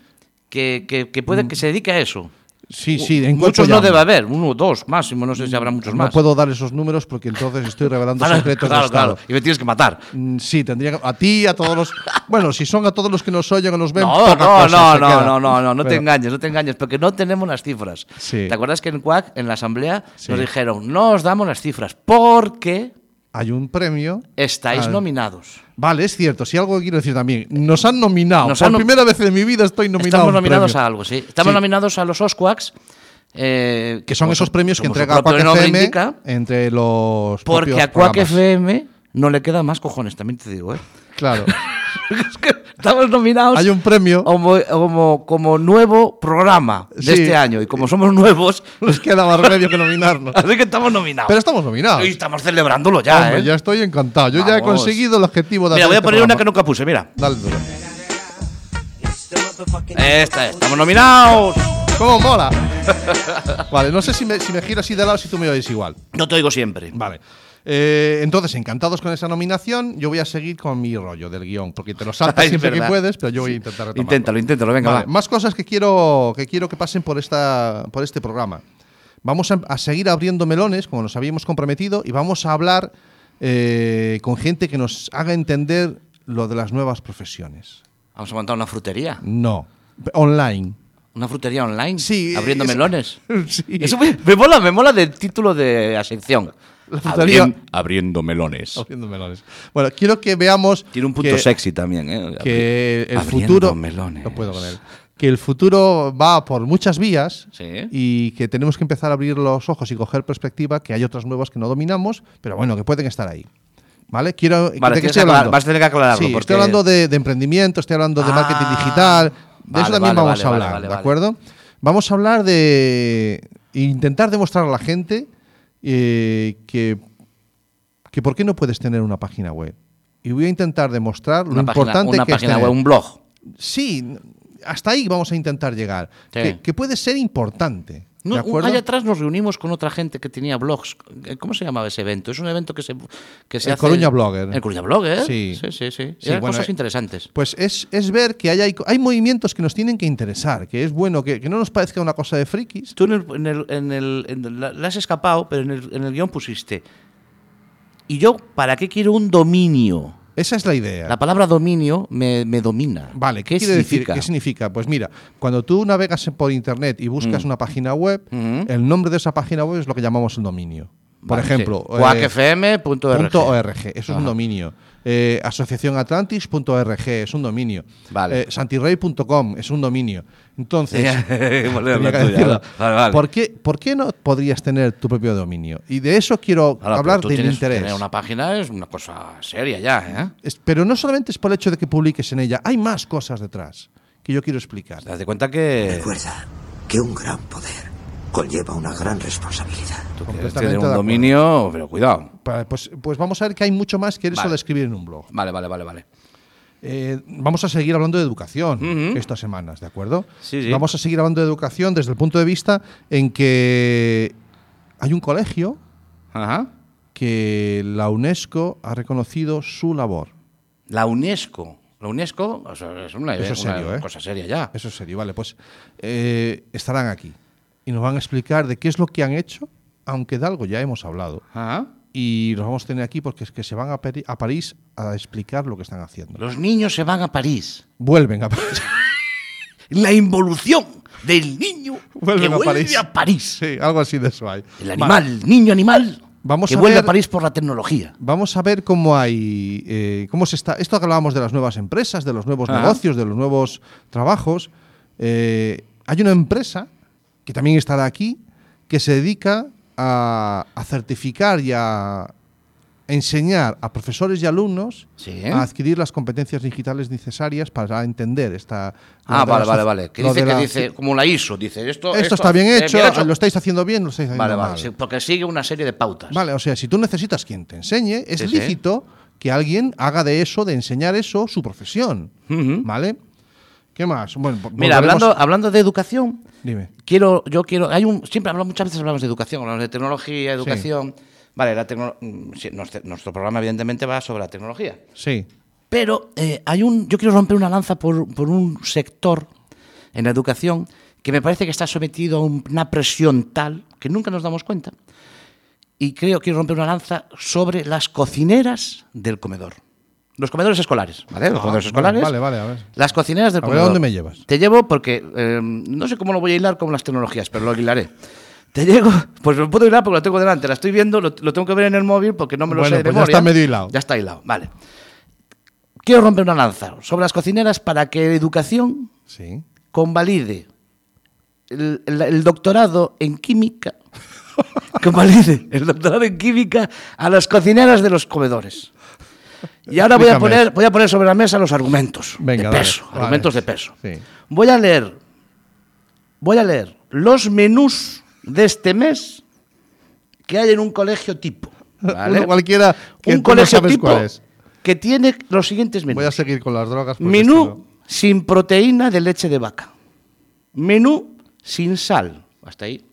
[SPEAKER 1] que, que, que puede que se dedique a eso.
[SPEAKER 2] Mm. Sí, sí, en
[SPEAKER 1] muchos
[SPEAKER 2] cuerpo
[SPEAKER 1] no
[SPEAKER 2] llama.
[SPEAKER 1] debe haber, uno, dos, máximo, no sé si habrá muchos
[SPEAKER 2] No
[SPEAKER 1] más.
[SPEAKER 2] puedo dar esos números porque entonces estoy revelando
[SPEAKER 1] Claro,
[SPEAKER 2] secretos de
[SPEAKER 1] claro,
[SPEAKER 2] Estado.
[SPEAKER 1] claro, y me tienes que matar.
[SPEAKER 2] Mm, Sí, tendría que- a ti, a todos los. Bueno, si son a todos los que nos oyen o nos ven.
[SPEAKER 1] No,
[SPEAKER 2] poca
[SPEAKER 1] no,
[SPEAKER 2] cosa
[SPEAKER 1] no,
[SPEAKER 2] se
[SPEAKER 1] no,
[SPEAKER 2] queda.
[SPEAKER 1] no, no, no, no te
[SPEAKER 2] Pero-
[SPEAKER 1] engañes, no te engañes, porque no tenemos las cifras.
[SPEAKER 2] Sí.
[SPEAKER 1] ¿Te acuerdas que en CUAC, en la asamblea,
[SPEAKER 2] Sí.
[SPEAKER 1] nos dijeron, no os damos las cifras, porque
[SPEAKER 2] hay un premio.
[SPEAKER 1] Estáis
[SPEAKER 2] al-
[SPEAKER 1] nominados.
[SPEAKER 2] Vale, es cierto. Si algo quiero decir también, nos han nominado.
[SPEAKER 1] Nos
[SPEAKER 2] Por
[SPEAKER 1] han nom-
[SPEAKER 2] primera vez en mi vida estoy nominado. a
[SPEAKER 1] Estamos
[SPEAKER 2] un
[SPEAKER 1] nominados
[SPEAKER 2] premio.
[SPEAKER 1] a algo, sí. Estamos
[SPEAKER 2] Sí.
[SPEAKER 1] nominados a los Osquaks. eh,
[SPEAKER 2] Que son
[SPEAKER 1] como
[SPEAKER 2] esos
[SPEAKER 1] su-
[SPEAKER 2] premios que
[SPEAKER 1] como su
[SPEAKER 2] entrega
[SPEAKER 1] propio
[SPEAKER 2] Quack
[SPEAKER 1] nombre
[SPEAKER 2] FM
[SPEAKER 1] indica,
[SPEAKER 2] entre los.
[SPEAKER 1] porque
[SPEAKER 2] propios
[SPEAKER 1] a Quack
[SPEAKER 2] programas.
[SPEAKER 1] FM no le queda más cojones, también te digo, ¿eh?
[SPEAKER 2] Claro.
[SPEAKER 1] Es que estamos nominados
[SPEAKER 2] Hay un premio.
[SPEAKER 1] como, como, como nuevo programa de
[SPEAKER 2] Sí.
[SPEAKER 1] este año. Y como somos nuevos,
[SPEAKER 2] Nos queda más remedio que nominarnos.
[SPEAKER 1] así que estamos nominados.
[SPEAKER 2] Pero estamos nominados.
[SPEAKER 1] y estamos celebrándolo ya,
[SPEAKER 2] Hombre,
[SPEAKER 1] ¿eh?
[SPEAKER 2] ya estoy encantado. Yo ya he
[SPEAKER 1] Vamos.
[SPEAKER 2] conseguido el objetivo de hacer
[SPEAKER 1] Mira, voy a
[SPEAKER 2] este
[SPEAKER 1] poner una que
[SPEAKER 2] programa.
[SPEAKER 1] nunca puse, mira.
[SPEAKER 2] Dale duro.
[SPEAKER 1] Esta, estamos nominados.
[SPEAKER 2] ¿Cómo mola? vale, no sé si me, si me giro así de lado si tú me oyes igual.
[SPEAKER 1] No te oigo siempre.
[SPEAKER 2] Vale. Eh, entonces, encantados con esa nominación, yo voy a seguir con mi rollo del guión, porque te lo saltas
[SPEAKER 1] Es
[SPEAKER 2] siempre que
[SPEAKER 1] verdad.
[SPEAKER 2] puedes, pero yo voy a intentar retomarlo.
[SPEAKER 1] Inténtalo, inténtalo, venga,
[SPEAKER 2] Vale,
[SPEAKER 1] va.
[SPEAKER 2] Más cosas que quiero que, quiero que pasen por, esta, por este programa. Vamos a, a seguir abriendo melones, como nos habíamos comprometido, y vamos a hablar eh, con gente que nos haga entender lo de las nuevas profesiones.
[SPEAKER 1] Vamos a montar una frutería.
[SPEAKER 2] No. Online.
[SPEAKER 1] Una frutería online.
[SPEAKER 2] Sí,
[SPEAKER 1] Abriendo
[SPEAKER 2] es-
[SPEAKER 1] melones.
[SPEAKER 2] Sí.
[SPEAKER 1] Eso me, me mola, me mola del título de la sección.
[SPEAKER 2] La frutería-
[SPEAKER 1] abriendo melones.
[SPEAKER 2] Abriendo melones. Bueno, quiero que veamos.
[SPEAKER 1] Tiene un punto
[SPEAKER 2] que-
[SPEAKER 1] sexy también, ¿eh?
[SPEAKER 2] que el
[SPEAKER 1] Abriendo
[SPEAKER 2] futuro
[SPEAKER 1] melones.
[SPEAKER 2] no puedo con él. que el futuro va por muchas vías
[SPEAKER 1] Sí.
[SPEAKER 2] y que tenemos que empezar a abrir los ojos y coger perspectiva que hay otras nuevas que no dominamos pero bueno que pueden estar ahí vale quiero ¿de
[SPEAKER 1] Vale,
[SPEAKER 2] qué
[SPEAKER 1] tienes
[SPEAKER 2] estoy
[SPEAKER 1] que aclarar-
[SPEAKER 2] hablando?
[SPEAKER 1] vas a tener que aclararlo,
[SPEAKER 2] Sí,
[SPEAKER 1] porque-
[SPEAKER 2] estoy hablando de, de emprendimiento estoy hablando de
[SPEAKER 1] Ah,
[SPEAKER 2] marketing digital de
[SPEAKER 1] vale,
[SPEAKER 2] eso también
[SPEAKER 1] vale,
[SPEAKER 2] vamos a
[SPEAKER 1] vale,
[SPEAKER 2] hablar
[SPEAKER 1] vale,
[SPEAKER 2] de
[SPEAKER 1] vale.
[SPEAKER 2] acuerdo vamos a hablar de intentar demostrar a la gente eh, que que por qué no puedes tener una página web y voy a intentar demostrar lo
[SPEAKER 1] Una página-
[SPEAKER 2] importante
[SPEAKER 1] una
[SPEAKER 2] que es
[SPEAKER 1] página
[SPEAKER 2] tener
[SPEAKER 1] web, un blog.
[SPEAKER 2] sí, n- hasta ahí vamos a intentar llegar.
[SPEAKER 1] Sí.
[SPEAKER 2] Que, que puede ser importante.
[SPEAKER 1] No,
[SPEAKER 2] ¿De
[SPEAKER 1] un-
[SPEAKER 2] acuerdo?
[SPEAKER 1] allá atrás nos reunimos con otra gente que tenía blogs. Eh, ¿Cómo se llamaba ese evento? Es un evento que se, que se
[SPEAKER 2] El
[SPEAKER 1] hace.
[SPEAKER 2] Coruña Blogger.
[SPEAKER 1] El Coruña Blogger. ¿eh?
[SPEAKER 2] Sí.
[SPEAKER 1] sí, sí. sí.
[SPEAKER 2] Sí,
[SPEAKER 1] Eran
[SPEAKER 2] bueno,
[SPEAKER 1] cosas
[SPEAKER 2] eh,
[SPEAKER 1] interesantes.
[SPEAKER 2] Pues es, es ver que hay, hay, hay movimientos que nos tienen que interesar, que es bueno, que, que no nos parezca una cosa de frikis.
[SPEAKER 1] Tú en el, en el- en el- en el- la, la has escapado, pero en el, en el guión pusiste. ¿Y yo para qué quiero un dominio?
[SPEAKER 2] Esa es la idea.
[SPEAKER 1] La palabra dominio me, me domina.
[SPEAKER 2] Vale, ¿qué, quiere decir? ¿Qué significa? Pues mira, cuando tú navegas por internet y buscas
[SPEAKER 1] Mm.
[SPEAKER 2] una página web,
[SPEAKER 1] Ujú.
[SPEAKER 2] el nombre de esa página web es lo que llamamos un dominio. Por
[SPEAKER 1] Mm. Vale,
[SPEAKER 2] ejemplo,
[SPEAKER 1] sí.
[SPEAKER 2] eh,
[SPEAKER 1] quackfm.org.
[SPEAKER 2] Punto .org, eso es un
[SPEAKER 1] Ajá.
[SPEAKER 2] dominio. Eh, asociacionatlantis.org es un dominio.
[SPEAKER 1] Vale.
[SPEAKER 2] Eh, santirrey.com es un dominio. Entonces,
[SPEAKER 1] Vale,
[SPEAKER 2] tenía
[SPEAKER 1] la
[SPEAKER 2] que
[SPEAKER 1] tuya,
[SPEAKER 2] decirlo.
[SPEAKER 1] vale, vale.
[SPEAKER 2] ¿Por, qué, por qué no podrías tener tu propio dominio? Y de eso quiero
[SPEAKER 1] Ahora, pero
[SPEAKER 2] hablar
[SPEAKER 1] tú
[SPEAKER 2] del
[SPEAKER 1] tienes-
[SPEAKER 2] interés.
[SPEAKER 1] Tener una página es una cosa seria ya, ¿eh?
[SPEAKER 2] Es- Pero no solamente es por el hecho de que publiques en ella, hay más cosas detrás que yo quiero explicar.
[SPEAKER 1] Te das de cuenta que
[SPEAKER 3] Recuerda que un gran poder conlleva una gran responsabilidad.
[SPEAKER 1] tú quieres
[SPEAKER 2] Completamente
[SPEAKER 1] tener
[SPEAKER 2] de
[SPEAKER 1] un
[SPEAKER 2] acuerdo.
[SPEAKER 1] dominio, pero cuidado.
[SPEAKER 2] Pa- Pues, pues vamos a ver que hay mucho más que eso
[SPEAKER 1] Vale.
[SPEAKER 2] de escribir en un blog.
[SPEAKER 1] Vale, vale, vale, vale.
[SPEAKER 2] Eh, vamos a seguir hablando de educación estas semanas, ¿de acuerdo?
[SPEAKER 1] Sí, sí.
[SPEAKER 2] Vamos a seguir hablando de educación desde el punto de vista en que hay un colegio
[SPEAKER 1] Ajá.
[SPEAKER 2] que la UNESCO ha reconocido su labor.
[SPEAKER 1] La UNESCO. La UNESCO o sea, es una,
[SPEAKER 2] Eso es
[SPEAKER 1] una
[SPEAKER 2] serio, ¿eh?
[SPEAKER 1] cosa seria ya.
[SPEAKER 2] Eso es serio, vale, pues eh, estarán aquí y nos van a explicar de qué es lo que han hecho, aunque de algo ya hemos hablado.
[SPEAKER 1] Ajá.
[SPEAKER 2] Y los vamos a tener aquí porque es que se van a, Peri- a París a explicar lo que están haciendo.
[SPEAKER 1] Los niños se van a París.
[SPEAKER 2] Vuelven a París.
[SPEAKER 1] La involución del niño
[SPEAKER 2] Vuelven
[SPEAKER 1] que
[SPEAKER 2] a
[SPEAKER 1] vuelve
[SPEAKER 2] París.
[SPEAKER 1] a París.
[SPEAKER 2] sí, algo así de eso hay.
[SPEAKER 1] El
[SPEAKER 2] Vale.
[SPEAKER 1] animal, niño animal,
[SPEAKER 2] Vamos
[SPEAKER 1] que
[SPEAKER 2] a
[SPEAKER 1] vuelve
[SPEAKER 2] ver-
[SPEAKER 1] a París por la tecnología.
[SPEAKER 2] Vamos a ver cómo hay, eh, cómo se está. Esto que hablábamos de las nuevas empresas, de los nuevos
[SPEAKER 1] Ajá.
[SPEAKER 2] negocios, de los nuevos trabajos. eh, hay una empresa que también estará aquí que se dedica a, a certificar y a enseñar a profesores y alumnos
[SPEAKER 1] Sí.
[SPEAKER 2] a adquirir las competencias digitales necesarias para entender esta.
[SPEAKER 1] Ah,
[SPEAKER 2] lo de
[SPEAKER 1] vale,
[SPEAKER 2] la
[SPEAKER 1] vale,
[SPEAKER 2] soci-
[SPEAKER 1] vale. Que
[SPEAKER 2] lo
[SPEAKER 1] dice,
[SPEAKER 2] de
[SPEAKER 1] que
[SPEAKER 2] la-
[SPEAKER 1] dice, como la ISO, dice esto.
[SPEAKER 2] Esto está bien
[SPEAKER 1] eh,
[SPEAKER 2] hecho,
[SPEAKER 1] bien hecho.
[SPEAKER 2] lo estáis haciendo bien, lo estáis haciendo
[SPEAKER 1] Vale, vale,
[SPEAKER 2] mal.
[SPEAKER 1] sí, porque sigue una serie de pautas.
[SPEAKER 2] Vale, o sea, si tú necesitas quien te enseñe, es
[SPEAKER 1] Sí, sí.
[SPEAKER 2] lícito que alguien haga de eso, de enseñar eso, su profesión.
[SPEAKER 1] Ujú.
[SPEAKER 2] ¿Vale? ¿Qué más? Bueno, vo-
[SPEAKER 1] Mira,
[SPEAKER 2] volveremos-
[SPEAKER 1] hablando, hablando de educación,
[SPEAKER 2] Dime.
[SPEAKER 1] quiero, yo quiero, hay un, siempre hablamos, muchas veces hablamos de educación, hablamos de tecnología, educación. Vale, la tecno- mm, sí, nuestro, nuestro programa evidentemente va sobre la tecnología.
[SPEAKER 2] Sí.
[SPEAKER 1] Pero eh, hay un, yo quiero romper una lanza por, por un sector en la educación que me parece que está sometido a un- una presión tal que nunca nos damos cuenta. Y creo que quiero romper una lanza sobre las cocineras del comedor. Los comedores escolares, ¿vale? Los
[SPEAKER 2] Ah,
[SPEAKER 1] comedores
[SPEAKER 2] vale,
[SPEAKER 1] escolares.
[SPEAKER 2] vale, vale, a ver.
[SPEAKER 1] Las cocineras del
[SPEAKER 2] A ver,
[SPEAKER 1] comedor.
[SPEAKER 2] ¿dónde me llevas?
[SPEAKER 1] em, Te llevo porque eh, no sé cómo lo voy a hilar con las tecnologías, pero lo hilaré. Te llego, pues me puedo hilar porque lo tengo delante, la estoy viendo, lo, lo tengo que ver en el móvil porque no me lo
[SPEAKER 2] Bueno,
[SPEAKER 1] sé de
[SPEAKER 2] pues ya
[SPEAKER 1] memoria.
[SPEAKER 2] está medio hilado.
[SPEAKER 1] Ya está hilado, vale. Quiero romper una lanza sobre las cocineras para que educación
[SPEAKER 2] Sí.
[SPEAKER 1] convalide el, el- el doctorado en química. Convalide el doctorado en química a las cocineras de los comedores. Y ahora voy a,
[SPEAKER 2] Explícame.
[SPEAKER 1] poner, voy a poner sobre la mesa los argumentos
[SPEAKER 2] Venga,
[SPEAKER 1] de
[SPEAKER 2] dale,
[SPEAKER 1] peso.
[SPEAKER 2] vale.
[SPEAKER 1] argumentos de peso.
[SPEAKER 2] Sí.
[SPEAKER 1] Voy a leer. Voy a leer los menús de este mes que hay en un colegio tipo. ¿vale?
[SPEAKER 2] Uno cualquiera que
[SPEAKER 1] un
[SPEAKER 2] tú
[SPEAKER 1] colegio
[SPEAKER 2] no sabes
[SPEAKER 1] tipo
[SPEAKER 2] cuál es.
[SPEAKER 1] que tiene los siguientes menús.
[SPEAKER 2] Voy a seguir con las drogas. porque esto
[SPEAKER 1] Menú
[SPEAKER 2] no-
[SPEAKER 1] sin proteína de leche de vaca. Menú sin sal. Hasta ahí.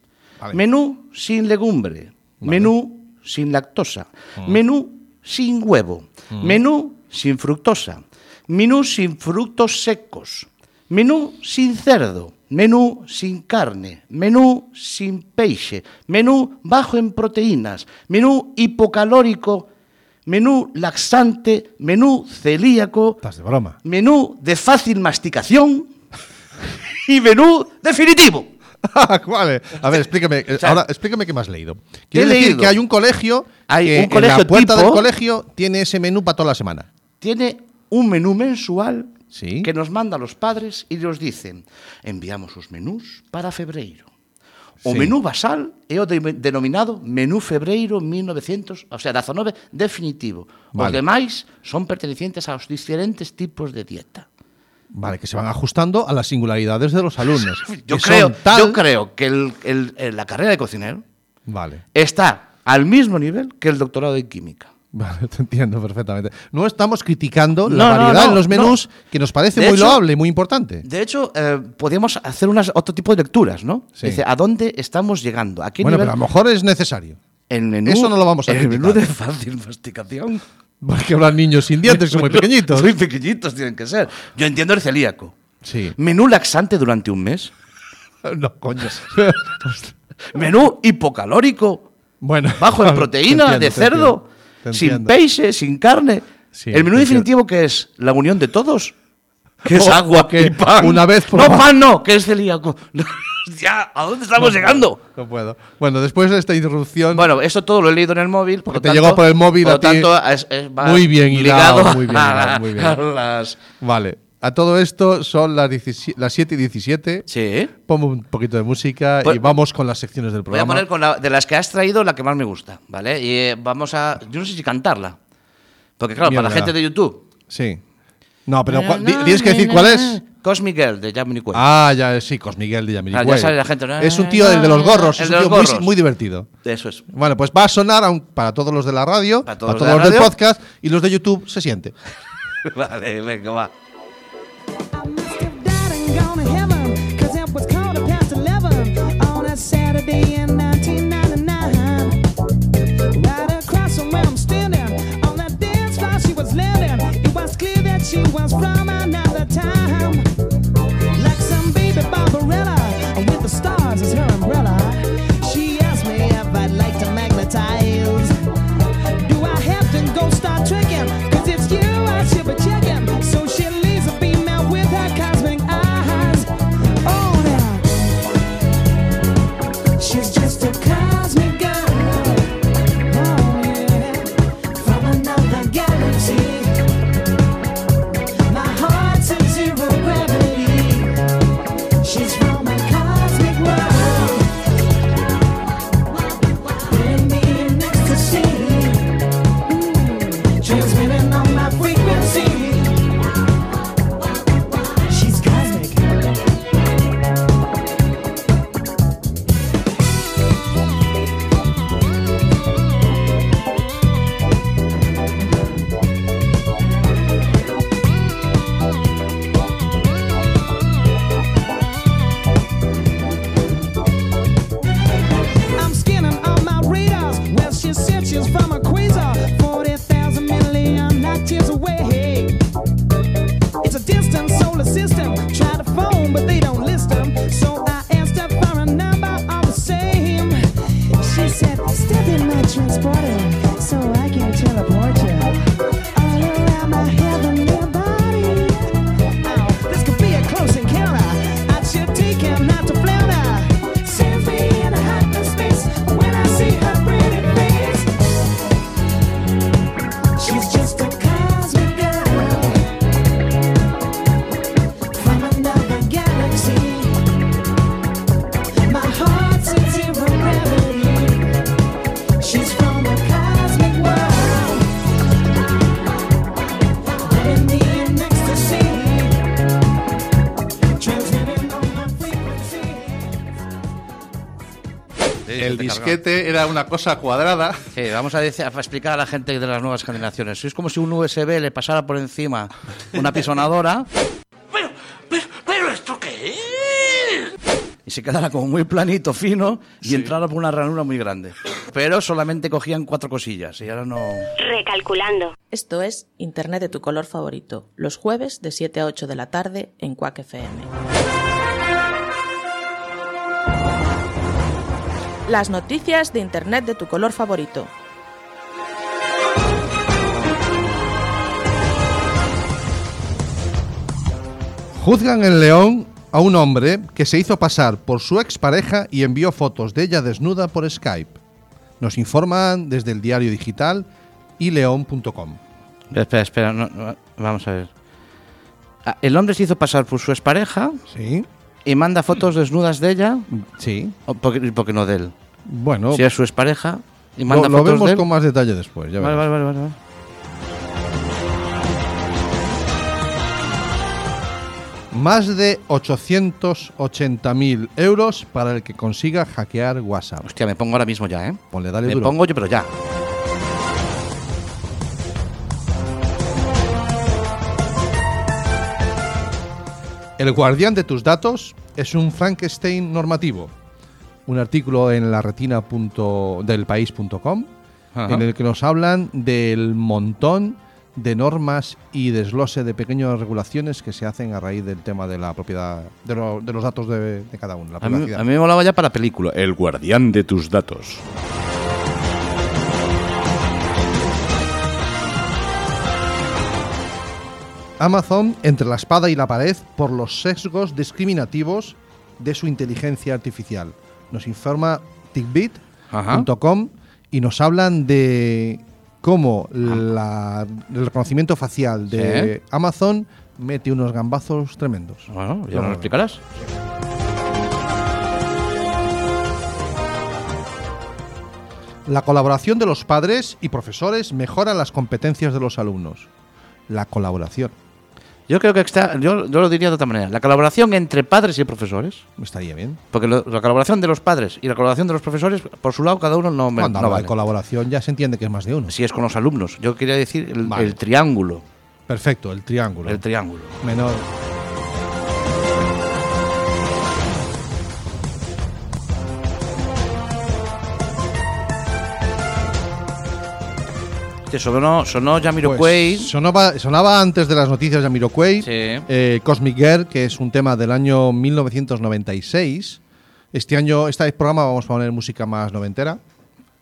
[SPEAKER 2] Vale.
[SPEAKER 1] Menú sin legumbre. Menú sin lactosa.
[SPEAKER 2] Mm.
[SPEAKER 1] Menú sin huevo. Menú sin fructosa. Menú sin frutos secos. Menú sin cerdo. Menú sin carne. Menú sin peixe. Menú bajo en proteínas. Menú hipocalórico. Menú laxante. Menú celíaco
[SPEAKER 2] Estás de broma.
[SPEAKER 1] menú de fácil masticación y menú definitivo.
[SPEAKER 2] vale. A ver, explícame. eh,
[SPEAKER 1] sea,
[SPEAKER 2] ahora, explícame qué me has leído.
[SPEAKER 1] ¿qué he
[SPEAKER 2] Quiere decir
[SPEAKER 1] leído?
[SPEAKER 2] que hay un colegio
[SPEAKER 1] Hay
[SPEAKER 2] que
[SPEAKER 1] un colegio
[SPEAKER 2] en la puerta
[SPEAKER 1] tipo-
[SPEAKER 2] del colegio tiene ese menú para toda la semana.
[SPEAKER 1] Tiene un menú mensual
[SPEAKER 2] Sí.
[SPEAKER 1] que nos manda a los padres y nos dicen, enviamos os menús para febreiro. O
[SPEAKER 2] Sí.
[SPEAKER 1] menú basal é o de- denominado menú febreiro 1900, o sea, 19 definitivo. Os
[SPEAKER 2] Vale.
[SPEAKER 1] demais son pertenecientes aos diferentes tipos de dieta.
[SPEAKER 2] Vale, que se van ajustando a las singularidades de los alumnos.
[SPEAKER 1] Yo,
[SPEAKER 2] que son
[SPEAKER 1] creo,
[SPEAKER 2] tal-
[SPEAKER 1] yo creo que el- el- el- la carrera de cocinero
[SPEAKER 2] Vale.
[SPEAKER 1] está al mismo nivel que el doctorado en química.
[SPEAKER 2] Vale, te entiendo perfectamente. No estamos criticando la
[SPEAKER 1] No, no,
[SPEAKER 2] variedad
[SPEAKER 1] no,
[SPEAKER 2] en los
[SPEAKER 1] no.
[SPEAKER 2] menús, que nos parece
[SPEAKER 1] De
[SPEAKER 2] muy
[SPEAKER 1] hecho-
[SPEAKER 2] loable y muy importante.
[SPEAKER 1] De hecho, eh, podemos hacer unas, otro tipo de lecturas, ¿no?
[SPEAKER 2] Sí.
[SPEAKER 1] Dice, ¿a dónde estamos llegando? ¿A qué
[SPEAKER 2] Bueno,
[SPEAKER 1] nivel?
[SPEAKER 2] pero a lo mejor es necesario.
[SPEAKER 1] el menú,
[SPEAKER 2] eso no lo vamos a
[SPEAKER 1] El menú
[SPEAKER 2] criticar.
[SPEAKER 1] de fácil masticación.
[SPEAKER 2] Porque hablan niños sin dientes, que son muy pequeñitos.
[SPEAKER 1] Muy pequeñitos tienen que ser. Yo entiendo el celíaco.
[SPEAKER 2] Sí.
[SPEAKER 1] Menú laxante durante un mes.
[SPEAKER 2] No, coño.
[SPEAKER 1] Menú hipocalórico.
[SPEAKER 2] bueno.
[SPEAKER 1] Bajo en
[SPEAKER 2] vale,
[SPEAKER 1] proteína,
[SPEAKER 2] te
[SPEAKER 1] de
[SPEAKER 2] entiendo, te entiendo,
[SPEAKER 1] cerdo.
[SPEAKER 2] te
[SPEAKER 1] Sin
[SPEAKER 2] entiendo.
[SPEAKER 1] peixe, sin carne.
[SPEAKER 2] Sí,
[SPEAKER 1] el menú
[SPEAKER 2] te
[SPEAKER 1] definitivo que es la unión de todos. Que es
[SPEAKER 2] O-
[SPEAKER 1] agua
[SPEAKER 2] o que
[SPEAKER 1] y pan.
[SPEAKER 2] una vez
[SPEAKER 1] No,
[SPEAKER 2] proba-
[SPEAKER 1] pan no, que es celíaco. ya, ¿a dónde estamos llegando?
[SPEAKER 2] No puedo. Bueno, después de esta interrupción.
[SPEAKER 1] Bueno, eso todo lo he leído en el móvil. Por
[SPEAKER 2] Porque te
[SPEAKER 1] lo tanto-
[SPEAKER 2] llegó por el móvil
[SPEAKER 1] por
[SPEAKER 2] a
[SPEAKER 1] lo
[SPEAKER 2] ti.
[SPEAKER 1] tanto, es- es- va
[SPEAKER 2] Muy bien
[SPEAKER 1] ligado
[SPEAKER 2] hilado, muy bien
[SPEAKER 1] a-
[SPEAKER 2] hilado, muy bien.
[SPEAKER 1] a las-
[SPEAKER 2] Vale. A todo esto son las, 17 las 7 y 17.
[SPEAKER 1] Sí.
[SPEAKER 2] Pongo un poquito de música y
[SPEAKER 1] Pues-
[SPEAKER 2] vamos con las secciones del
[SPEAKER 1] Voy a
[SPEAKER 2] programa.
[SPEAKER 1] poner con la- de las que has traído la que más me gusta, ¿vale? Y eh, vamos a. Yo no sé si cantarla. Porque, claro, para la
[SPEAKER 2] Mierda.
[SPEAKER 1] gente de YouTube.
[SPEAKER 2] Sí. No, pero cua- di- tienes que decir cuál es.
[SPEAKER 1] Cosmic Girl de Jamie Cuell.
[SPEAKER 2] Ah, ya sí, Cosmiguel de Yamiri
[SPEAKER 1] Ah, ya
[SPEAKER 2] Güell.
[SPEAKER 1] sale la gente, ¿no?
[SPEAKER 2] Es un tío el de los gorros,
[SPEAKER 1] El
[SPEAKER 2] es
[SPEAKER 1] de
[SPEAKER 2] un tío
[SPEAKER 1] los
[SPEAKER 2] muy,
[SPEAKER 1] gorros.
[SPEAKER 2] muy divertido.
[SPEAKER 1] Eso es.
[SPEAKER 2] Bueno, pues va a sonar aun- para todos los de la radio,
[SPEAKER 1] Para
[SPEAKER 2] para
[SPEAKER 1] todos
[SPEAKER 2] todos,
[SPEAKER 1] los de la
[SPEAKER 2] los del
[SPEAKER 1] radio.
[SPEAKER 2] podcast y los de YouTube se siente.
[SPEAKER 1] vale, venga, va.
[SPEAKER 4] I must have died and gone to heaven, 'cause it was quarter past 11 on a Saturday in 1999. Right across from where I'm standing, on the dance floor she was living. It was clear that she was from another time. Like some baby Barbarella with the stars as her umbrella. She asked me if I'd like to magnetize. Do I have to go start tricking? Cause it's you I should be checking. So she leaves a female with her cosmic eyes. Oh now. She's just a cosmic girl. Oh, yeah. From another galaxy. My heart's in zero gravity. She's from a cosmic world. Putting me in ecstasy. Mm, Transmitting on my frequency. She's cosmic. I'm scanning all my radars. Well, she said she's from a quasar, 40,000 million light years away. It's a distant solar system. Try to phone, but they don't list them. So I asked her for a number all the same. She said, Step in my transporter so I can teleport you all around my heavenly body. Now, this could be a close encounter. I should take him not to flounder. Send me in a hot space.
[SPEAKER 2] el disquete era una cosa cuadrada.
[SPEAKER 1] Sí, Eh, vamos a, decir- a explicar a la gente de las nuevas generaciones. Es como si un USB le pasara por encima una pisonadora
[SPEAKER 5] ¿Esto qué es?
[SPEAKER 1] y se quedara como muy planito, fino y entrara por una ranura muy grande. Pero solamente cogían cuatro cosillas y ahora no.
[SPEAKER 6] Recalculando.
[SPEAKER 7] Esto es Internet de tu color favorito, los jueves de 7 a 8 de la tarde en Quack FM. Las noticias de Internet de tu color favorito.
[SPEAKER 2] Juzgan en León a un hombre que se hizo pasar por su expareja y envió fotos de ella desnuda por Skype. Nos informan desde el diario digital y león.com.
[SPEAKER 1] Espera, espera, no- no, vamos a ver. Ah, El hombre se hizo pasar por su expareja
[SPEAKER 2] Sí,
[SPEAKER 1] y manda fotos desnudas de ella,
[SPEAKER 2] sí.
[SPEAKER 1] o porque, porque no de él.
[SPEAKER 2] Bueno,
[SPEAKER 1] Si es su expareja y
[SPEAKER 2] lo,
[SPEAKER 1] manda
[SPEAKER 2] lo
[SPEAKER 1] fotos de
[SPEAKER 2] vemos
[SPEAKER 1] él.
[SPEAKER 2] con más detalle después. ya
[SPEAKER 1] Vale,
[SPEAKER 2] verás.
[SPEAKER 1] vale, vale, vale, vale.
[SPEAKER 2] Más de 880.000 euros para el que consiga hackear WhatsApp.
[SPEAKER 1] Hostia, me pongo ahora mismo ya, ¿eh?
[SPEAKER 2] Ponle, dale
[SPEAKER 1] Me
[SPEAKER 2] duro.
[SPEAKER 1] pongo yo, pero ya.
[SPEAKER 2] El guardián de tus datos es un Frankenstein normativo. Un artículo en la retina punto- del país.com
[SPEAKER 1] Ajá.
[SPEAKER 2] en el que nos hablan del montón de normas y desglose de pequeñas regulaciones que se hacen a raíz del tema de la propiedad, de, lo- de los datos de, de cada uno, la
[SPEAKER 1] A mí,
[SPEAKER 2] privacidad.
[SPEAKER 1] a mí me molaba ya para película. El guardián de tus datos.
[SPEAKER 2] Amazon entre la espada y la pared por los sesgos discriminativos de su inteligencia artificial. Nos informa tickbit.com y nos hablan de cómo la- el reconocimiento facial de Amazon mete unos gambazos tremendos.
[SPEAKER 1] Bueno, ya
[SPEAKER 2] Lo
[SPEAKER 1] nos lo
[SPEAKER 2] vemos.
[SPEAKER 1] explicarás.
[SPEAKER 2] La colaboración de los padres y profesores mejora las competencias de los alumnos. La colaboración
[SPEAKER 1] Yo creo que está, yo, yo lo diría de otra manera. La colaboración entre padres y profesores.
[SPEAKER 2] estaría bien.
[SPEAKER 1] Porque lo- la colaboración de los padres y la colaboración de los profesores, por su lado, cada uno no, me,
[SPEAKER 2] Cuando
[SPEAKER 1] no
[SPEAKER 2] habla
[SPEAKER 1] vale.
[SPEAKER 2] de colaboración ya se entiende que es más de uno.
[SPEAKER 1] Si es con los alumnos. Yo quería decir el,
[SPEAKER 2] Vale.
[SPEAKER 1] el triángulo.
[SPEAKER 2] Perfecto, el triángulo.
[SPEAKER 1] El triángulo.
[SPEAKER 2] menor.
[SPEAKER 1] Te Este sonó, sonó Yamiro
[SPEAKER 2] Pues, sonaba, sonaba antes de las noticias de Amiroquai.
[SPEAKER 1] Sí.
[SPEAKER 2] Eh, Cosmic Girl, que es un tema del año 1996. Este año, este programa vamos a poner música más noventera.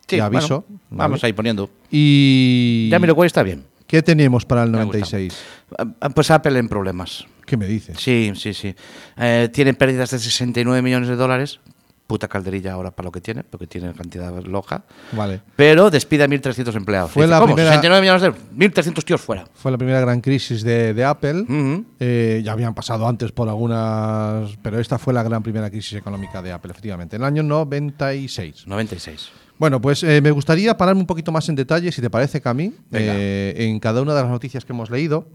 [SPEAKER 2] ya aviso.
[SPEAKER 1] Vamos
[SPEAKER 2] ¿vale?
[SPEAKER 1] ahí poniendo.
[SPEAKER 2] Y
[SPEAKER 1] Yamiro está bien.
[SPEAKER 2] ¿qué tenemos para el
[SPEAKER 1] Me ha
[SPEAKER 2] 96?
[SPEAKER 1] Ah, ah, Pues Apple en problemas.
[SPEAKER 2] ¿Qué me dices?
[SPEAKER 1] Sí, sí, sí. Eh, tiene pérdidas de 69 millones de dólares. Puta calderilla ahora para lo que tiene, porque tiene cantidad loca.
[SPEAKER 2] Vale.
[SPEAKER 1] Pero despide a 1.300 empleados.
[SPEAKER 2] Fue
[SPEAKER 1] Dice,
[SPEAKER 2] la
[SPEAKER 1] ¿Cómo?
[SPEAKER 2] primera-
[SPEAKER 1] 69 millones de euros. 1.300 tíos fuera.
[SPEAKER 2] Fue la primera gran crisis de, de Apple.
[SPEAKER 1] Ujú.
[SPEAKER 2] Eh, ya habían pasado antes por algunas, pero esta fue la gran primera crisis económica de Apple, efectivamente, en el año 96.
[SPEAKER 1] 96.
[SPEAKER 2] Bueno, pues eh, me gustaría pararme un poquito más en detalle, si te parece, Cami,
[SPEAKER 1] Venga.
[SPEAKER 2] eh, en cada una de las noticias que hemos leído.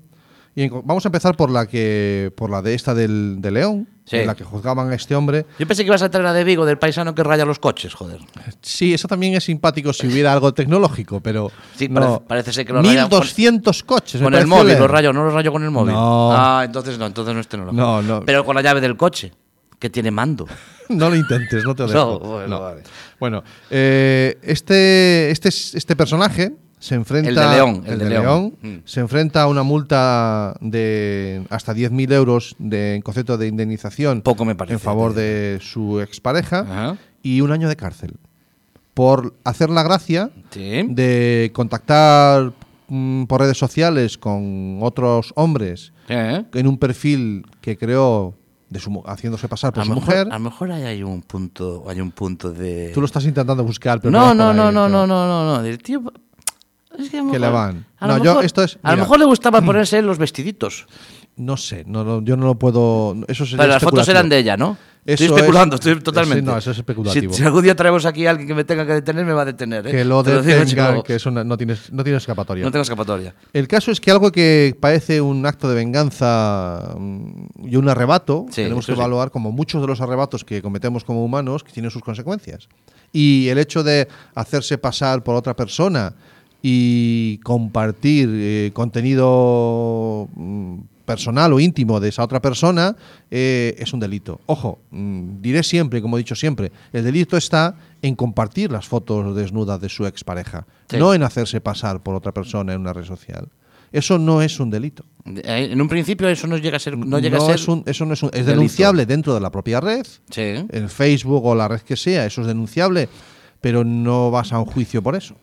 [SPEAKER 2] Y en- vamos a empezar por la que, por la de esta del, de León,
[SPEAKER 1] Sí.
[SPEAKER 2] en la que juzgaban a este hombre.
[SPEAKER 1] Yo pensé que ibas a traer la de Vigo, del paisano que raya los coches, joder.
[SPEAKER 2] Sí, eso también es simpático si hubiera algo tecnológico, pero
[SPEAKER 1] Sí,
[SPEAKER 2] no.
[SPEAKER 1] parece- parece ser que lo rayan con-
[SPEAKER 2] 1200 coches. me
[SPEAKER 1] Con el
[SPEAKER 2] parece
[SPEAKER 1] móvil,
[SPEAKER 2] leer.
[SPEAKER 1] lo rayo, no lo rayo con el móvil.
[SPEAKER 2] eh. No.
[SPEAKER 1] Ah, entonces no, entonces no es tecnológico.
[SPEAKER 2] No, no.
[SPEAKER 1] Pero con la llave del coche, que tiene mando.
[SPEAKER 2] No lo intentes, no te lo
[SPEAKER 1] No,
[SPEAKER 2] dejo.
[SPEAKER 1] bueno, vale.
[SPEAKER 2] Bueno, eh, este, este, es- este personaje se enfrenta.
[SPEAKER 1] El de León, el de León. Mm.
[SPEAKER 2] Se enfrenta a una multa de hasta 10.000 euros de, en concepto de indemnización.
[SPEAKER 1] Poco me parece,
[SPEAKER 2] En favor
[SPEAKER 1] te
[SPEAKER 2] de su expareja
[SPEAKER 1] Ajá.
[SPEAKER 2] y un año de cárcel. Por hacer la gracia
[SPEAKER 1] Sí.
[SPEAKER 2] de contactar mm, por redes sociales con otros hombres
[SPEAKER 1] ¿Eh?
[SPEAKER 2] en un perfil que creó de su mu- haciéndose pasar por
[SPEAKER 1] a,
[SPEAKER 2] su
[SPEAKER 1] lo mejor,
[SPEAKER 2] mujer.
[SPEAKER 1] a lo mejor ahí hay un punto, hay un punto de.
[SPEAKER 2] Tú lo estás intentando buscar, pero
[SPEAKER 1] Eh, No,
[SPEAKER 2] vas
[SPEAKER 1] no,
[SPEAKER 2] por
[SPEAKER 1] no,
[SPEAKER 2] ahí,
[SPEAKER 1] no,
[SPEAKER 2] creo.
[SPEAKER 1] no, no, no, no. El tío. es que a lo
[SPEAKER 2] Que le
[SPEAKER 1] mejor-
[SPEAKER 2] van.
[SPEAKER 1] a lo
[SPEAKER 2] No, yo-
[SPEAKER 1] mejor-
[SPEAKER 2] esto es-
[SPEAKER 1] A lo
[SPEAKER 2] mira.
[SPEAKER 1] mejor le gustaba ponerse los vestiditos.
[SPEAKER 2] No sé, no, lo- yo no lo puedo. Eso sería
[SPEAKER 1] Pero las fotos
[SPEAKER 2] especulativo.
[SPEAKER 1] eran de ella, ¿no?
[SPEAKER 2] Eso
[SPEAKER 1] estoy especulando,
[SPEAKER 2] es-
[SPEAKER 1] estoy totalmente.
[SPEAKER 2] sí, no, eso es especulativo.
[SPEAKER 1] Si, si algún día traemos aquí a alguien que me tenga que detener, me va a detener. ¿eh?
[SPEAKER 2] Que lo
[SPEAKER 1] Te digo,
[SPEAKER 2] detengan,
[SPEAKER 1] chico,
[SPEAKER 2] que eso no, no tienes, no tienes escapatoria.
[SPEAKER 1] No tengo escapatoria.
[SPEAKER 2] El caso es que algo que parece un acto de venganza mm, y un arrebato,
[SPEAKER 1] Sí,
[SPEAKER 2] tenemos que
[SPEAKER 1] eso sí.
[SPEAKER 2] evaluar como muchos de los arrebatos que cometemos como humanos, que tienen sus consecuencias. Y el hecho de hacerse pasar por otra persona y compartir eh, contenido mm, personal o íntimo de esa otra persona eh, es un delito. Ojo, mm, diré siempre, como he dicho siempre, el delito está en compartir las fotos desnudas de su expareja,
[SPEAKER 1] Sí.
[SPEAKER 2] no en hacerse pasar por otra persona en una red social. Eso no es un delito.
[SPEAKER 1] Eh, En un principio eso no llega a ser... No llega a ser
[SPEAKER 2] es un- eso no es un- es
[SPEAKER 1] delito.
[SPEAKER 2] denunciable dentro de la propia red,
[SPEAKER 1] Sí.
[SPEAKER 2] el Facebook o la red que sea, eso es denunciable, pero no vas a un juicio por eso.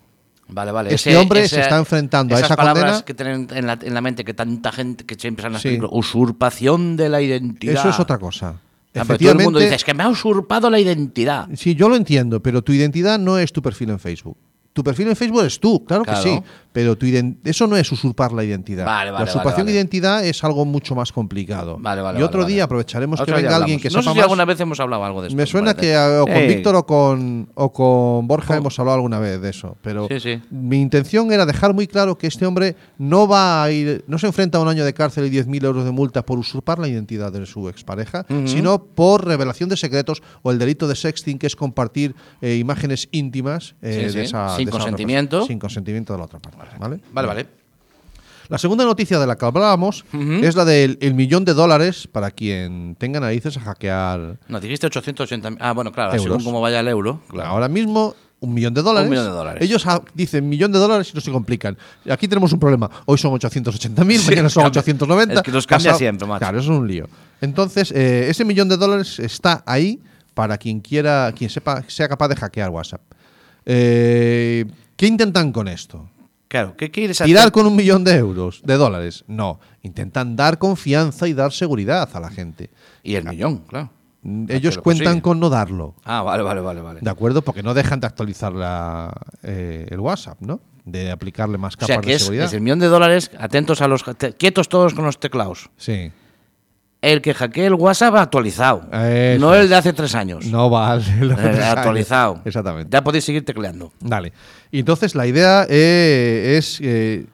[SPEAKER 1] Vale, vale.
[SPEAKER 2] Este hombre se está enfrentando a
[SPEAKER 1] esas
[SPEAKER 2] esa
[SPEAKER 1] palabras
[SPEAKER 2] condena.
[SPEAKER 1] que tienen en la, en la mente que tanta gente que siempre salen las
[SPEAKER 2] Sí.
[SPEAKER 1] películas, Usurpación de la identidad.
[SPEAKER 2] Eso es otra cosa.
[SPEAKER 1] Ah, pero todo el mundo
[SPEAKER 2] Efectivamente,
[SPEAKER 1] dice, es que me ha usurpado la identidad.
[SPEAKER 2] Sí, yo lo entiendo, pero tu identidad no es tu perfil en Facebook. Tu perfil en Facebook es tú, claro,
[SPEAKER 1] Claro.
[SPEAKER 2] que sí, pero tu iden- eso no es usurpar la identidad.
[SPEAKER 1] Vale, vale,
[SPEAKER 2] la usurpación
[SPEAKER 1] vale, vale.
[SPEAKER 2] de identidad es algo mucho más complicado.
[SPEAKER 1] Vale, vale.
[SPEAKER 2] y otro
[SPEAKER 1] vale,
[SPEAKER 2] día
[SPEAKER 1] vale.
[SPEAKER 2] aprovecharemos
[SPEAKER 1] Otro
[SPEAKER 2] que
[SPEAKER 1] día
[SPEAKER 2] venga alguien
[SPEAKER 1] hablamos.
[SPEAKER 2] que
[SPEAKER 1] no
[SPEAKER 2] sepa
[SPEAKER 1] sé si
[SPEAKER 2] más.
[SPEAKER 1] alguna vez hemos hablado algo de esto.
[SPEAKER 2] me suena
[SPEAKER 1] parece.
[SPEAKER 2] que ah, o con
[SPEAKER 1] Sí.
[SPEAKER 2] Víctor o con, o con Borja hemos hablado alguna vez de eso, pero
[SPEAKER 1] Sí, sí.
[SPEAKER 2] mi intención era dejar muy claro que este hombre no va a ir, no se enfrenta a un año de cárcel y 10.000 euros de multa por usurpar la identidad de su expareja, sino por revelación de secretos o el delito de sexting, que es compartir eh, imágenes íntimas eh,
[SPEAKER 1] Sí,
[SPEAKER 2] de
[SPEAKER 1] sí.
[SPEAKER 2] esa
[SPEAKER 1] Sin
[SPEAKER 2] de esa otra
[SPEAKER 1] consentimiento.
[SPEAKER 2] persona. sin consentimiento de la otra parte, ¿vale?
[SPEAKER 1] Vale, vale.
[SPEAKER 2] La segunda noticia de la que hablábamos es la del el millón de dólares para quien tenga narices a hackear
[SPEAKER 1] No, dijiste 880... Ah, bueno, claro,
[SPEAKER 2] Euros.
[SPEAKER 1] según cómo vaya el euro. Claro.
[SPEAKER 2] Ahora mismo, un millón de dólares.
[SPEAKER 1] Un millón de dólares.
[SPEAKER 2] Ellos ah, dicen millón de dólares y no se complican. Aquí tenemos un problema. Hoy son 880.000, mañana son
[SPEAKER 1] cambia.
[SPEAKER 2] 890.
[SPEAKER 1] Es que los cambia
[SPEAKER 2] pasado-
[SPEAKER 1] siempre, macho.
[SPEAKER 2] Claro, eso es un lío. Entonces, eh, ese millón de dólares está ahí para quien quiera, quien sepa, sea capaz de hackear WhatsApp. Eh, ¿Qué intentan con esto?
[SPEAKER 1] Claro, ¿qué quieres hacer?
[SPEAKER 2] ¿Tirar con un millón de euros, de dólares? No. Intentan dar confianza y dar seguridad a la gente.
[SPEAKER 1] Y el millón, claro.
[SPEAKER 2] Mm,
[SPEAKER 1] que
[SPEAKER 2] Ellos
[SPEAKER 1] lo
[SPEAKER 2] cuentan
[SPEAKER 1] consiguen.
[SPEAKER 2] con no darlo.
[SPEAKER 1] Ah, vale, vale, vale. vale.
[SPEAKER 2] De acuerdo, porque no dejan de actualizar la, eh, el WhatsApp, ¿no? De aplicarle más
[SPEAKER 1] O
[SPEAKER 2] capas
[SPEAKER 1] sea, que
[SPEAKER 2] de
[SPEAKER 1] es,
[SPEAKER 2] seguridad.
[SPEAKER 1] es el millón de dólares, atentos a los... te- quietos todos con los teclados.
[SPEAKER 2] Sí.
[SPEAKER 1] El que hackee el WhatsApp actualizado.
[SPEAKER 2] Eso
[SPEAKER 1] no el
[SPEAKER 2] es.
[SPEAKER 1] de hace tres años.
[SPEAKER 2] No vale. lo que
[SPEAKER 1] Pues, Eh,
[SPEAKER 2] sale.
[SPEAKER 1] actualizado.
[SPEAKER 2] Exactamente.
[SPEAKER 1] Ya podéis seguir tecleando.
[SPEAKER 2] Dale. Y entonces la idea eh, es eh,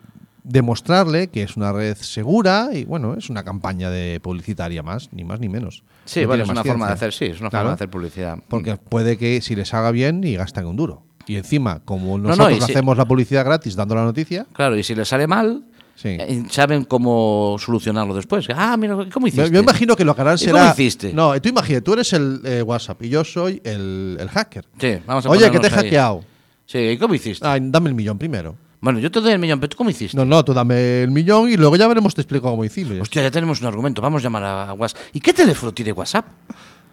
[SPEAKER 2] demostrarle que es una red segura y bueno, es una campaña de publicitaria más, ni más ni menos.
[SPEAKER 1] Sí,
[SPEAKER 2] No tiene
[SPEAKER 1] vale, es
[SPEAKER 2] más
[SPEAKER 1] una forma de
[SPEAKER 2] ciencia.
[SPEAKER 1] hacer, sí, es una
[SPEAKER 2] Claro,
[SPEAKER 1] forma de hacer Mm. publicidad.
[SPEAKER 2] Porque puede que si les haga bien y gastan un duro. Y encima, como
[SPEAKER 1] no,
[SPEAKER 2] nosotros
[SPEAKER 1] y si-
[SPEAKER 2] hacemos la publicidad gratis dando la noticia,
[SPEAKER 1] Claro, y si les sale mal,
[SPEAKER 2] Sí.
[SPEAKER 1] eh, saben cómo solucionarlo después. Ah, mira,
[SPEAKER 2] Yo,
[SPEAKER 1] ¿cómo hiciste?
[SPEAKER 2] yo imagino que lo que harán
[SPEAKER 1] ¿Y
[SPEAKER 2] será.
[SPEAKER 1] cómo hiciste?
[SPEAKER 2] No, tú imagina, tú eres el eh, WhatsApp y yo soy el, el hacker.
[SPEAKER 1] Sí, vamos a
[SPEAKER 2] Oye, que te he
[SPEAKER 1] ponernos ahí.
[SPEAKER 2] hackeado.
[SPEAKER 1] Sí, ¿y cómo hiciste?
[SPEAKER 2] Ay, dame el millón primero.
[SPEAKER 1] Bueno, yo te doy el millón, pero ¿tú cómo hiciste?
[SPEAKER 2] No, no, tú dame el millón y luego ya veremos, te explico cómo hicimos.
[SPEAKER 1] Hostia, ya tenemos un argumento, vamos a llamar a WhatsApp. ¿Y qué teléfono tiene WhatsApp?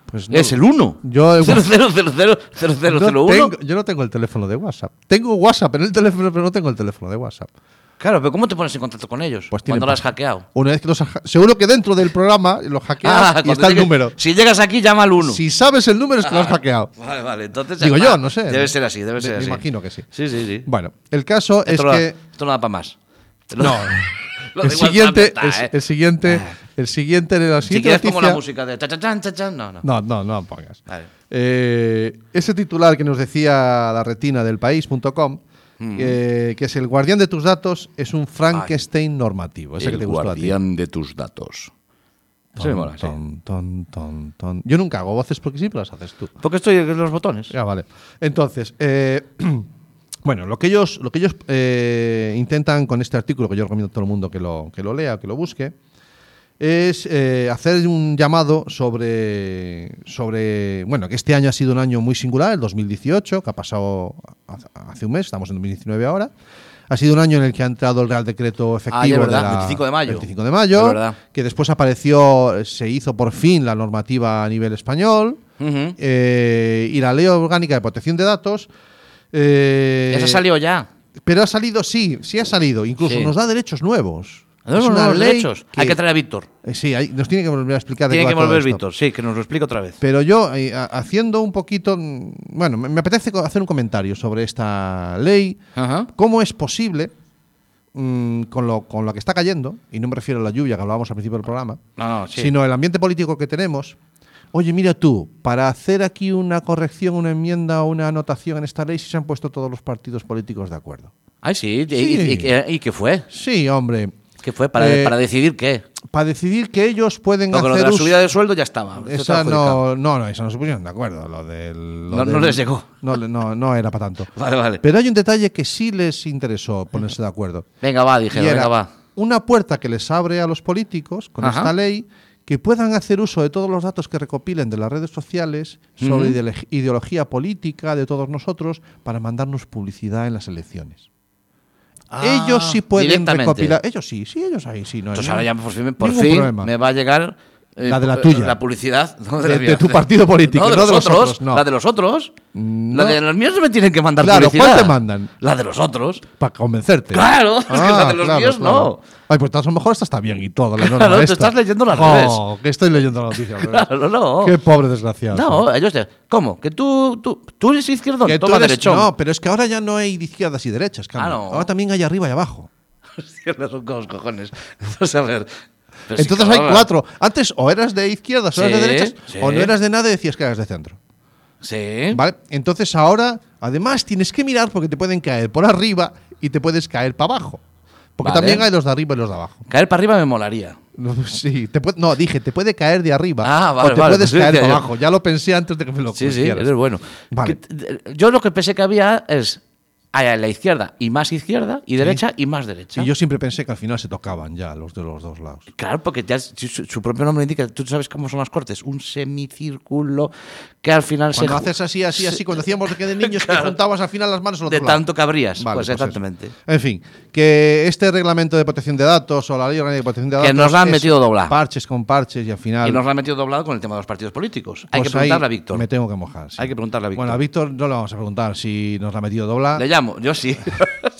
[SPEAKER 2] Pues no.
[SPEAKER 1] Es el 1.
[SPEAKER 2] Yo el WhatsApp-
[SPEAKER 1] 00000001.
[SPEAKER 2] No tengo- yo no tengo el teléfono de WhatsApp. Tengo WhatsApp en el teléfono, pero no tengo el teléfono de WhatsApp.
[SPEAKER 1] Claro, pero ¿cómo te pones en contacto con ellos
[SPEAKER 2] Pues tienen
[SPEAKER 1] cuando lo has
[SPEAKER 2] pa-
[SPEAKER 1] hackeado?
[SPEAKER 2] Una vez que los has ha- Seguro que dentro del programa lo
[SPEAKER 1] Ah,
[SPEAKER 2] hackeas y
[SPEAKER 1] cuando
[SPEAKER 2] está el
[SPEAKER 1] llegues-
[SPEAKER 2] número.
[SPEAKER 1] Si llegas aquí, llama al 1.
[SPEAKER 2] Si sabes el número es que lo
[SPEAKER 1] Ah.
[SPEAKER 2] has hackeado.
[SPEAKER 1] Vale, vale, entonces.
[SPEAKER 2] Digo
[SPEAKER 1] ah,
[SPEAKER 2] yo, no sé.
[SPEAKER 1] Debe ser así, debe
[SPEAKER 2] Me-
[SPEAKER 1] ser
[SPEAKER 2] me
[SPEAKER 1] así.
[SPEAKER 2] imagino que sí.
[SPEAKER 1] Sí, sí, sí.
[SPEAKER 2] Bueno, el caso
[SPEAKER 1] esto,
[SPEAKER 2] es
[SPEAKER 1] no da-
[SPEAKER 2] que.
[SPEAKER 1] esto no da para más.
[SPEAKER 2] No.
[SPEAKER 1] Lo- lo
[SPEAKER 2] el
[SPEAKER 1] de WhatsApp
[SPEAKER 2] siguiente,
[SPEAKER 1] está,
[SPEAKER 2] el,
[SPEAKER 1] ¿eh?
[SPEAKER 2] el siguiente, el siguiente, la
[SPEAKER 1] Si
[SPEAKER 2] siguiente
[SPEAKER 1] quieres como la
[SPEAKER 2] noticia-
[SPEAKER 1] música de cha cha chan, cha chan, no, no.
[SPEAKER 2] No, no, no pongas.
[SPEAKER 1] Vale.
[SPEAKER 2] Eh, ese titular que nos decía la retina del país.com,
[SPEAKER 1] Mm.
[SPEAKER 2] eh, que es el guardián de tus datos, es un Frankenstein normativo. Ese que te gustó a ti.
[SPEAKER 1] de tus datos.
[SPEAKER 2] Ton,
[SPEAKER 1] Eso me mola, sí.
[SPEAKER 2] ton, ton, ton, ton. Yo nunca hago voces porque siempre las haces tú.
[SPEAKER 1] Porque estoy en los botones.
[SPEAKER 2] Ya, Ah, vale. Entonces, eh, bueno, lo que ellos, lo que ellos eh, intentan con este artículo, que yo recomiendo a todo el mundo que lo, que lo lea, que lo busque, es eh, hacer un llamado sobre, sobre, bueno, que este año ha sido un año muy singular, el 2018, que ha pasado hace- hace un mes, estamos en 2019 ahora. Ha sido un año en el que ha entrado el Real Decreto efectivo
[SPEAKER 1] Ah, ya es verdad,
[SPEAKER 2] de la-
[SPEAKER 1] 25 de mayo.
[SPEAKER 2] 25 de mayo,
[SPEAKER 1] Es verdad.
[SPEAKER 2] que después apareció, se hizo por fin la normativa a nivel español,
[SPEAKER 1] Ujú.
[SPEAKER 2] eh, y la Ley Orgánica de Protección de Datos. eh,
[SPEAKER 1] Esa salió ya.
[SPEAKER 2] Pero ha salido, sí, sí ha salido. Incluso
[SPEAKER 1] Sí.
[SPEAKER 2] nos da derechos nuevos.
[SPEAKER 1] No,
[SPEAKER 2] Es
[SPEAKER 1] no,
[SPEAKER 2] una
[SPEAKER 1] no, los
[SPEAKER 2] ley
[SPEAKER 1] derechos. Hay que traer a Víctor.
[SPEAKER 2] Eh, Sí, ahí nos tiene que volver a explicar. de qué
[SPEAKER 1] Tiene
[SPEAKER 2] va
[SPEAKER 1] que
[SPEAKER 2] todo
[SPEAKER 1] volver
[SPEAKER 2] esto.
[SPEAKER 1] Víctor, sí, que nos lo explique otra vez.
[SPEAKER 2] Pero yo, eh, ha- haciendo un poquito. mm, Bueno, me me apetece co- hacer un comentario sobre esta ley.
[SPEAKER 1] Ajá.
[SPEAKER 2] ¿Cómo es posible mm, con, lo, con la que está cayendo, y no me refiero a la lluvia que hablábamos al principio del programa,
[SPEAKER 1] No, no, Ah, sí.
[SPEAKER 2] sino el ambiente político que tenemos. Oye, mira tú, para hacer aquí una corrección, una enmienda o una anotación en esta ley, sí se han puesto todos los partidos políticos de acuerdo.
[SPEAKER 1] Ay, sí. ¿Y,
[SPEAKER 2] Sí.
[SPEAKER 1] y- y qué- y qué fue?
[SPEAKER 2] Sí, hombre.
[SPEAKER 1] ¿Qué fue? ¿Para,
[SPEAKER 2] Eh,
[SPEAKER 1] para decidir qué?
[SPEAKER 2] Para decidir que ellos pueden
[SPEAKER 1] No, con lo de
[SPEAKER 2] hacer
[SPEAKER 1] la
[SPEAKER 2] uso-
[SPEAKER 1] subida de sueldo ya estaba. Esto
[SPEAKER 2] Esa
[SPEAKER 1] estaba
[SPEAKER 2] no,
[SPEAKER 1] adjudicado.
[SPEAKER 2] no, no, esa no se pusieron de acuerdo. Lo del, lo
[SPEAKER 1] No- no
[SPEAKER 2] del-
[SPEAKER 1] les llegó.
[SPEAKER 2] No, le- no, no era para tanto.
[SPEAKER 1] Vale, vale.
[SPEAKER 2] Pero hay un detalle que sí les interesó ponerse de acuerdo.
[SPEAKER 1] Venga, va,
[SPEAKER 2] Y
[SPEAKER 1] dijeron,
[SPEAKER 2] era
[SPEAKER 1] venga, va.
[SPEAKER 2] una puerta que les abre a los políticos con
[SPEAKER 1] Ajá.
[SPEAKER 2] esta ley que puedan hacer uso de todos los datos que recopilen de las redes sociales sobre ideolo- ideología política de todos nosotros para mandarnos publicidad en las elecciones. ellos sí pueden
[SPEAKER 1] Ah, directamente.
[SPEAKER 2] recopilar. Ellos sí, sí, ellos ahí sí. No hay
[SPEAKER 1] Entonces
[SPEAKER 2] ningún-
[SPEAKER 1] ahora ya por fin, por
[SPEAKER 2] ningún
[SPEAKER 1] fin
[SPEAKER 2] problema.
[SPEAKER 1] me va a llegar eh,
[SPEAKER 2] La de la
[SPEAKER 1] pu-
[SPEAKER 2] tuya.
[SPEAKER 1] La publicidad no,
[SPEAKER 2] De-
[SPEAKER 1] la
[SPEAKER 2] de
[SPEAKER 1] mía.
[SPEAKER 2] tu partido político,
[SPEAKER 1] No, de, los, otros,
[SPEAKER 2] no.
[SPEAKER 1] La de los otros.
[SPEAKER 2] No.
[SPEAKER 1] La de los míos no me tienen que mandar
[SPEAKER 2] Claro, ¿cuál
[SPEAKER 1] publicidad.
[SPEAKER 2] te mandan?
[SPEAKER 1] La de los otros.
[SPEAKER 2] Para convencerte. Ah,
[SPEAKER 1] Claro, es que la de los míos no.
[SPEAKER 2] Ay, pues a lo mejor esta está bien y todo. La
[SPEAKER 1] Claro,
[SPEAKER 2] norma
[SPEAKER 1] te
[SPEAKER 2] esta.
[SPEAKER 1] estás leyendo las
[SPEAKER 2] Oh, que estoy leyendo la noticia. al revés.
[SPEAKER 1] Claro, no.
[SPEAKER 2] Qué pobre desgraciado.
[SPEAKER 1] No, ellos te. ¿Cómo? Que tú, tú, tú eres izquierdo,
[SPEAKER 2] Que tú
[SPEAKER 1] toma
[SPEAKER 2] eres-
[SPEAKER 1] derechón.
[SPEAKER 2] No, pero es que ahora ya no hay izquierdas y derechas, Carmen.
[SPEAKER 1] Ah, no.
[SPEAKER 2] Ahora también hay arriba y abajo. pues,
[SPEAKER 1] Hostia, no son como los cojones. Entonces, a ver. pero sí,
[SPEAKER 2] Entonces hay
[SPEAKER 1] cabrón.
[SPEAKER 2] cuatro. Antes o eras de izquierdas o eras
[SPEAKER 1] Sí,
[SPEAKER 2] de derechas,
[SPEAKER 1] sí. ¿Eh?
[SPEAKER 2] o no eras de nada y decías que eras de centro.
[SPEAKER 1] Sí.
[SPEAKER 2] ¿Vale? Entonces ahora, además, tienes que mirar porque te pueden caer por arriba y te puedes caer para abajo. Porque
[SPEAKER 1] Vale.
[SPEAKER 2] también hay los de arriba y los de abajo.
[SPEAKER 1] Caer para arriba me molaría.
[SPEAKER 2] Sí, te puede- no, dije, te puede caer de arriba.
[SPEAKER 1] Ah, vale,
[SPEAKER 2] o te
[SPEAKER 1] vale,
[SPEAKER 2] puedes
[SPEAKER 1] pues sí,
[SPEAKER 2] caer
[SPEAKER 1] ya,
[SPEAKER 2] para
[SPEAKER 1] ya.
[SPEAKER 2] abajo. Ya lo pensé antes de que me lo
[SPEAKER 1] Sí, sí,
[SPEAKER 2] pusieras.
[SPEAKER 1] eres bueno.
[SPEAKER 2] Vale.
[SPEAKER 1] Que- de- yo lo que pensé que había es a la izquierda y más izquierda y derecha y más derecha.
[SPEAKER 2] Y yo siempre pensé que al final se tocaban ya los de los dos lados.
[SPEAKER 1] Claro, porque ya su, su- su propio nombre indica, tú sabes cómo son las cortes, un semicírculo que al final se
[SPEAKER 2] Cuando
[SPEAKER 1] ju-
[SPEAKER 2] haces así, así,
[SPEAKER 1] se-
[SPEAKER 2] así, cuando hacíamos que de niños que juntabas al final las manos al
[SPEAKER 1] de
[SPEAKER 2] otro lado.
[SPEAKER 1] tanto que habrías,
[SPEAKER 2] Vale,
[SPEAKER 1] pues
[SPEAKER 2] pues eso.
[SPEAKER 1] exactamente.
[SPEAKER 2] En fin, que este reglamento de protección de datos o la ley orgánica de protección de
[SPEAKER 1] Que
[SPEAKER 2] datos.
[SPEAKER 1] nos la han
[SPEAKER 2] es
[SPEAKER 1] metido doblada.
[SPEAKER 2] Parches con parches y al final.
[SPEAKER 1] Y nos la ha metido doblado con el tema de los partidos políticos. Hay que
[SPEAKER 2] pues ahí
[SPEAKER 1] preguntarle a Víctor.
[SPEAKER 2] Me tengo que mojar. sí.
[SPEAKER 1] Hay que preguntarle a Víctor.
[SPEAKER 2] Bueno, a Víctor no le vamos a preguntar si nos la ha metido dobla.
[SPEAKER 1] Le llamo, yo sí.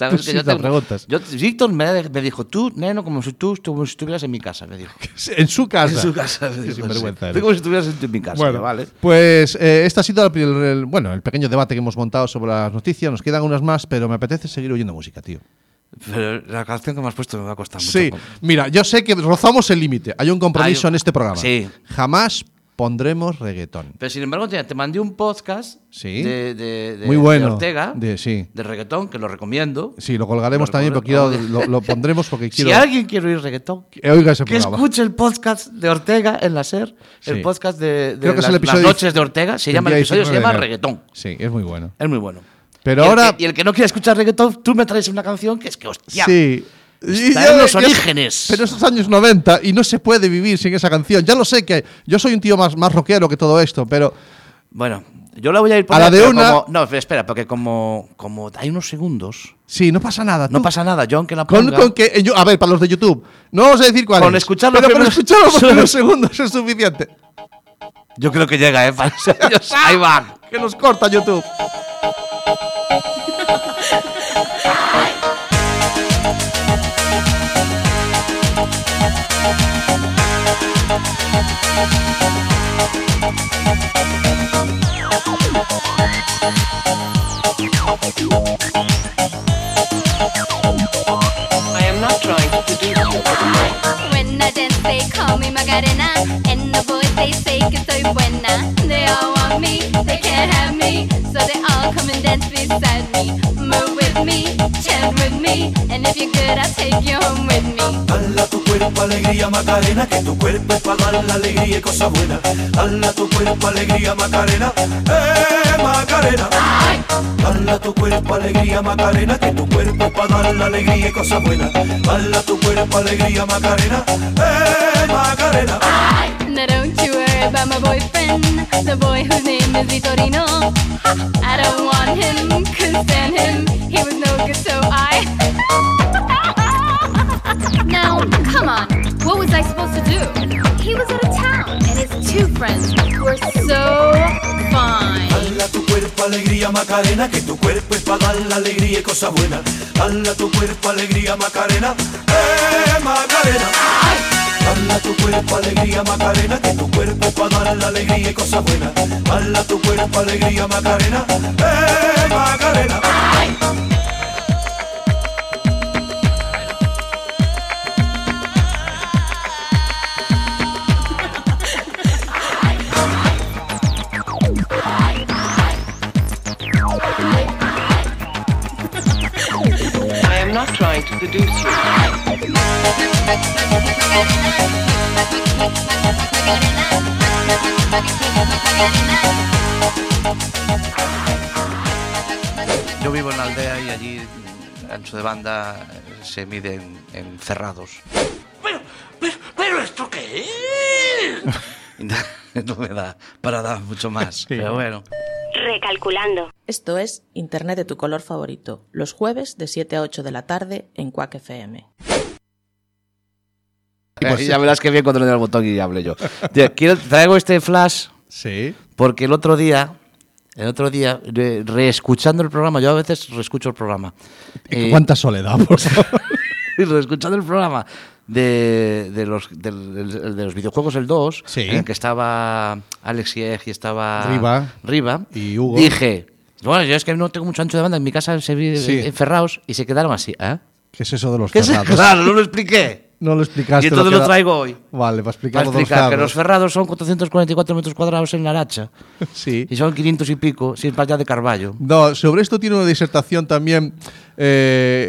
[SPEAKER 2] Tú sí te preguntas.
[SPEAKER 1] yo- Víctor me, me dijo, tú, neno, como si tú estu- estuvieras en mi casa, me dijo.
[SPEAKER 2] En su casa.
[SPEAKER 1] En su casa. me
[SPEAKER 2] Qué
[SPEAKER 1] dijo,
[SPEAKER 2] sinvergüenza
[SPEAKER 1] sí.
[SPEAKER 2] eres.
[SPEAKER 1] Tú como si estuvieras en tu- en mi casa,
[SPEAKER 2] Bueno,
[SPEAKER 1] ¿vale?
[SPEAKER 2] Pues eh, este ha sido el, el- el- bueno, el pequeño debate que hemos montado sobre las noticias. Nos quedan unas más, pero me apetece seguir oyendo música, tío.
[SPEAKER 1] Pero la canción que me has puesto me va a costar mucho.
[SPEAKER 2] Sí, mira, yo sé que rozamos el límite. Hay un compromiso
[SPEAKER 1] Hay-
[SPEAKER 2] en este programa.
[SPEAKER 1] Sí.
[SPEAKER 2] Jamás pondremos reggaetón.
[SPEAKER 1] Pero sin embargo, te, te mandé un podcast
[SPEAKER 2] Sí.
[SPEAKER 1] de, de- de-
[SPEAKER 2] Muy bueno.
[SPEAKER 1] de Ortega,
[SPEAKER 2] De- sí.
[SPEAKER 1] de reggaetón, que lo recomiendo.
[SPEAKER 2] Sí, lo colgaremos
[SPEAKER 1] Lo
[SPEAKER 2] también porque quiero,
[SPEAKER 1] colgaremos.
[SPEAKER 2] lo, lo pondremos porque
[SPEAKER 1] Si
[SPEAKER 2] quiero
[SPEAKER 1] alguien quiere oír reggaetón,
[SPEAKER 2] que oiga ese
[SPEAKER 1] que
[SPEAKER 2] programa.
[SPEAKER 1] escuche el podcast de Ortega en la SER,
[SPEAKER 2] Sí.
[SPEAKER 1] el podcast de, de
[SPEAKER 2] Creo que es
[SPEAKER 1] las,
[SPEAKER 2] el
[SPEAKER 1] las
[SPEAKER 2] episodio
[SPEAKER 1] noches de Ortega, se
[SPEAKER 2] del
[SPEAKER 1] llama el
[SPEAKER 2] día
[SPEAKER 1] episodio, se
[SPEAKER 2] 19 de
[SPEAKER 1] llama
[SPEAKER 2] enero.
[SPEAKER 1] reggaetón.
[SPEAKER 2] Sí, es muy bueno.
[SPEAKER 1] Es muy bueno.
[SPEAKER 2] Pero
[SPEAKER 1] Y el
[SPEAKER 2] ahora-
[SPEAKER 1] que- y el que no quiera escuchar reggaetón, tú me traes una canción que es que, hostia.
[SPEAKER 2] Sí. Y
[SPEAKER 1] Está
[SPEAKER 2] yo-
[SPEAKER 1] en los
[SPEAKER 2] yo-
[SPEAKER 1] orígenes.
[SPEAKER 2] Pero esos años 90 y no se puede vivir sin esa canción. Ya lo sé que yo soy un tío más, más rockero que todo esto, pero
[SPEAKER 1] Bueno, yo la voy a ir
[SPEAKER 2] A la de
[SPEAKER 1] pero
[SPEAKER 2] una-
[SPEAKER 1] como- no, espera, porque como, como hay unos segundos,
[SPEAKER 2] sí, no pasa nada.
[SPEAKER 1] no
[SPEAKER 2] tú.
[SPEAKER 1] pasa nada. Yo, aunque la
[SPEAKER 2] Con,
[SPEAKER 1] ponga.
[SPEAKER 2] con que, eh, yo- a ver, para los de YouTube, no vamos a decir cuál
[SPEAKER 1] Con
[SPEAKER 2] es,
[SPEAKER 1] escuchar los
[SPEAKER 2] pero con
[SPEAKER 1] primeros-
[SPEAKER 2] escuchar los primeros segundos es suficiente.
[SPEAKER 1] Yo creo que llega, ¿eh? Para ellos. Ahí va.
[SPEAKER 2] Que nos corta YouTube.
[SPEAKER 5] When I dance, they call me Macarena. And the boys, they say que soy buena. They all want me, they can't have me. So they all come and dance beside me. Move with me, chant with me. And if you're good, I'll take you home with me.
[SPEAKER 6] Dala tu cuerpo alegría Macarena, que tu cuerpo es para dar la alegría y cosa buena. Dala tu cuerpo alegría Macarena, eh Macarena. Dala tu cuerpo alegría Macarena, que tu cuerpo es para dar la alegría y cosa buena. Dala tu cuerpo alegría Macarena, eh Macarena.
[SPEAKER 5] Now don't you worry about my boyfriend. The boy whose name is Vitorino. I don't want him, couldn't stand him. He was no good, so I. Now, come on. What was I supposed to do? He was out of town, and his two friends were so fine.
[SPEAKER 6] Dala tu cuerpo alegría Macarena, que tu cuerpo es para dar la alegría y cosa buena. Dala tu cuerpo alegría Macarena, eh Macarena. Dala tu cuerpo alegría Macarena, que tu cuerpo es para dar la alegría y cosa buena. Dala tu cuerpo alegría Macarena, eh Macarena.
[SPEAKER 8] not trying to seduce you.
[SPEAKER 1] Yo vivo en la aldea y allí mm, ancho de banda eh, se miden en cerrados.
[SPEAKER 6] Pero, pero, pero ¿esto qué es?
[SPEAKER 1] no me da para dar mucho más. Pero bueno.
[SPEAKER 9] Recalculando.
[SPEAKER 7] Esto es Internet de tu color favorito, los jueves de 7 a 8 de la tarde en Quack FM.
[SPEAKER 2] Y pues-
[SPEAKER 1] Eh, ya verás que bien cuando le dé al botón y hable yo. Tío, quiero- traigo este flash
[SPEAKER 2] Sí.
[SPEAKER 1] porque el otro día, el otro día, re- reescuchando el programa, yo a veces reescucho el programa. Eh,
[SPEAKER 2] ¿Cuánta soledad, por favor?
[SPEAKER 1] Y reescuchando el programa de, de los, del- del- el de los videojuegos, el 2,
[SPEAKER 2] Sí.
[SPEAKER 1] en el que estaba Alex Yeg y estaba
[SPEAKER 2] Riva.
[SPEAKER 1] Riva,
[SPEAKER 2] Y Hugo.
[SPEAKER 1] dije, bueno, yo es que no tengo mucho ancho de banda, en mi casa se vi
[SPEAKER 2] Sí. Pues
[SPEAKER 1] en Ferraos y se quedaron así. ¿eh?
[SPEAKER 2] ¿Qué es eso de los
[SPEAKER 1] ¿Qué es-
[SPEAKER 2] cerrados?
[SPEAKER 1] Claro, no lo expliqué.
[SPEAKER 2] No lo explicaste.
[SPEAKER 1] Y entonces
[SPEAKER 2] que
[SPEAKER 1] lo
[SPEAKER 2] era-
[SPEAKER 1] traigo hoy.
[SPEAKER 2] Vale, para
[SPEAKER 1] Para
[SPEAKER 2] explicar lo de los
[SPEAKER 1] explicar que los
[SPEAKER 2] cerrados.
[SPEAKER 1] ferrados son 444 metros cuadrados en la racha
[SPEAKER 2] Sí.
[SPEAKER 1] y son 500 y pico sin allá de Carballo.
[SPEAKER 2] No, sobre esto tiene una disertación también eh,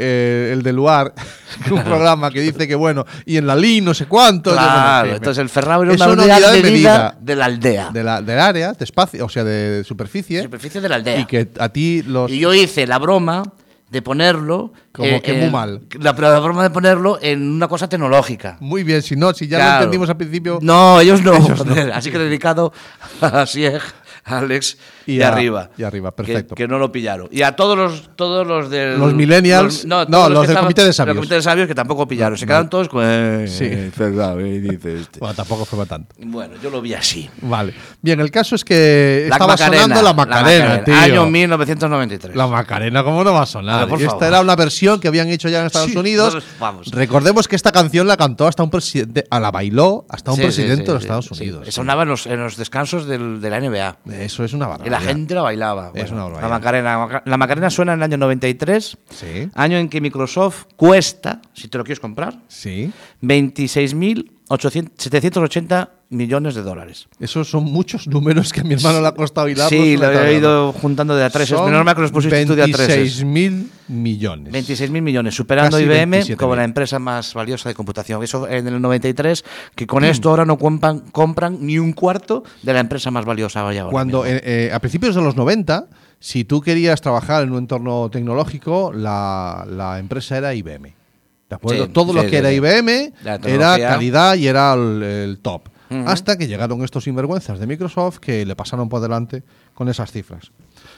[SPEAKER 2] eh, el de Luar, un programa que dice que bueno, y en la LI no sé cuánto. yo no sé
[SPEAKER 1] Claro,
[SPEAKER 2] qué.
[SPEAKER 1] entonces el ferrado era
[SPEAKER 2] Es
[SPEAKER 1] una, unidad,
[SPEAKER 2] unidad
[SPEAKER 1] de medida,
[SPEAKER 2] medida.
[SPEAKER 1] de la aldea.
[SPEAKER 2] De la- del área, de espacio, o sea, de superficie.
[SPEAKER 1] superficie de la aldea.
[SPEAKER 2] Y que a ti los.
[SPEAKER 1] Y yo hice la broma de ponerlo. eh,
[SPEAKER 2] Como que muy mal.
[SPEAKER 1] La, la broma de ponerlo en una cosa tecnológica.
[SPEAKER 2] Muy bien, si no, si ya lo
[SPEAKER 1] Claro.
[SPEAKER 2] entendimos al principio.
[SPEAKER 1] No, ellos no. Así que dedicado a Sieg, a Alex y,
[SPEAKER 2] Y a-
[SPEAKER 1] arriba.
[SPEAKER 2] y arriba,
[SPEAKER 1] Que-
[SPEAKER 2] perfecto.
[SPEAKER 1] Que, no lo pillaron. Y a todos los, todos los del.
[SPEAKER 2] Los millennials, no,
[SPEAKER 1] todos
[SPEAKER 2] los
[SPEAKER 1] que
[SPEAKER 2] del comité de sabios.
[SPEAKER 1] Del comité de sabios que tampoco pillaron. Se quedaron todos con. eh,
[SPEAKER 2] Sí.
[SPEAKER 1] eh, cerrado, eh, dice este.
[SPEAKER 2] Bueno, tampoco fue para tanto.
[SPEAKER 1] Bueno, yo lo vi así.
[SPEAKER 2] Vale. Bien, el caso es que
[SPEAKER 1] La
[SPEAKER 2] estaba
[SPEAKER 1] Macarena,
[SPEAKER 2] sonando la Macarena, tío.
[SPEAKER 1] Año 1993.
[SPEAKER 2] La Macarena, ¿cómo no va a sonar?
[SPEAKER 1] Pero, por
[SPEAKER 2] Esta
[SPEAKER 1] favor.
[SPEAKER 2] era una versión que habían hecho ya en Estados
[SPEAKER 1] Sí,
[SPEAKER 2] Unidos.
[SPEAKER 1] nosotros- vamos.
[SPEAKER 2] Recordemos que esta canción la cantó hasta un presidente, a la bailó hasta un
[SPEAKER 1] Sí, sí,
[SPEAKER 2] presidente
[SPEAKER 1] sí,
[SPEAKER 2] de los
[SPEAKER 1] sí,
[SPEAKER 2] Estados
[SPEAKER 1] sí.
[SPEAKER 2] Unidos.
[SPEAKER 1] Sonaba en los, en los descansos del- de la NBA.
[SPEAKER 2] Eso es una
[SPEAKER 1] Y
[SPEAKER 2] barbaridad.
[SPEAKER 1] la gente la bailaba. Bueno,
[SPEAKER 2] Ah, una
[SPEAKER 1] la
[SPEAKER 2] barbaridad.
[SPEAKER 1] Macarena. La Macarena suena en el año 93,
[SPEAKER 2] Sí.
[SPEAKER 1] año en que Microsoft cuesta, si te lo quieres comprar,
[SPEAKER 2] Sí.
[SPEAKER 1] 26.780 millones de dólares.
[SPEAKER 2] Esos son muchos números que a mi hermano le ha costado hilar. por
[SPEAKER 1] sí,
[SPEAKER 2] su
[SPEAKER 1] lo
[SPEAKER 2] letra
[SPEAKER 1] he
[SPEAKER 2] de
[SPEAKER 1] ido juntando de a tres. Es
[SPEAKER 2] Son
[SPEAKER 1] menos mal que los pusiste tú de a tres.
[SPEAKER 2] 26.000 millones.
[SPEAKER 1] 26.000 millones, superando
[SPEAKER 2] Casi
[SPEAKER 1] IBM
[SPEAKER 2] 27.000.
[SPEAKER 1] como la empresa más valiosa de computación. Eso en el 93, que
[SPEAKER 2] Mm.
[SPEAKER 1] con esto ahora no compran, compran ni un cuarto de la empresa más valiosa. hoy ahora
[SPEAKER 2] Cuando
[SPEAKER 1] mismo.
[SPEAKER 2] eh, eh, a principios de los 90, si tú querías trabajar en un entorno tecnológico, la, la empresa era IBM. ¿De acuerdo?
[SPEAKER 1] Sí,
[SPEAKER 2] Todo lo
[SPEAKER 1] sí,
[SPEAKER 2] que
[SPEAKER 1] sí,
[SPEAKER 2] era
[SPEAKER 1] sí.
[SPEAKER 2] IBM
[SPEAKER 1] La
[SPEAKER 2] era
[SPEAKER 1] tecnología.
[SPEAKER 2] calidad y era el, el top.
[SPEAKER 1] Ujú.
[SPEAKER 2] Hasta que llegaron estos sinvergüenzas de Microsoft que le pasaron por delante con esas cifras.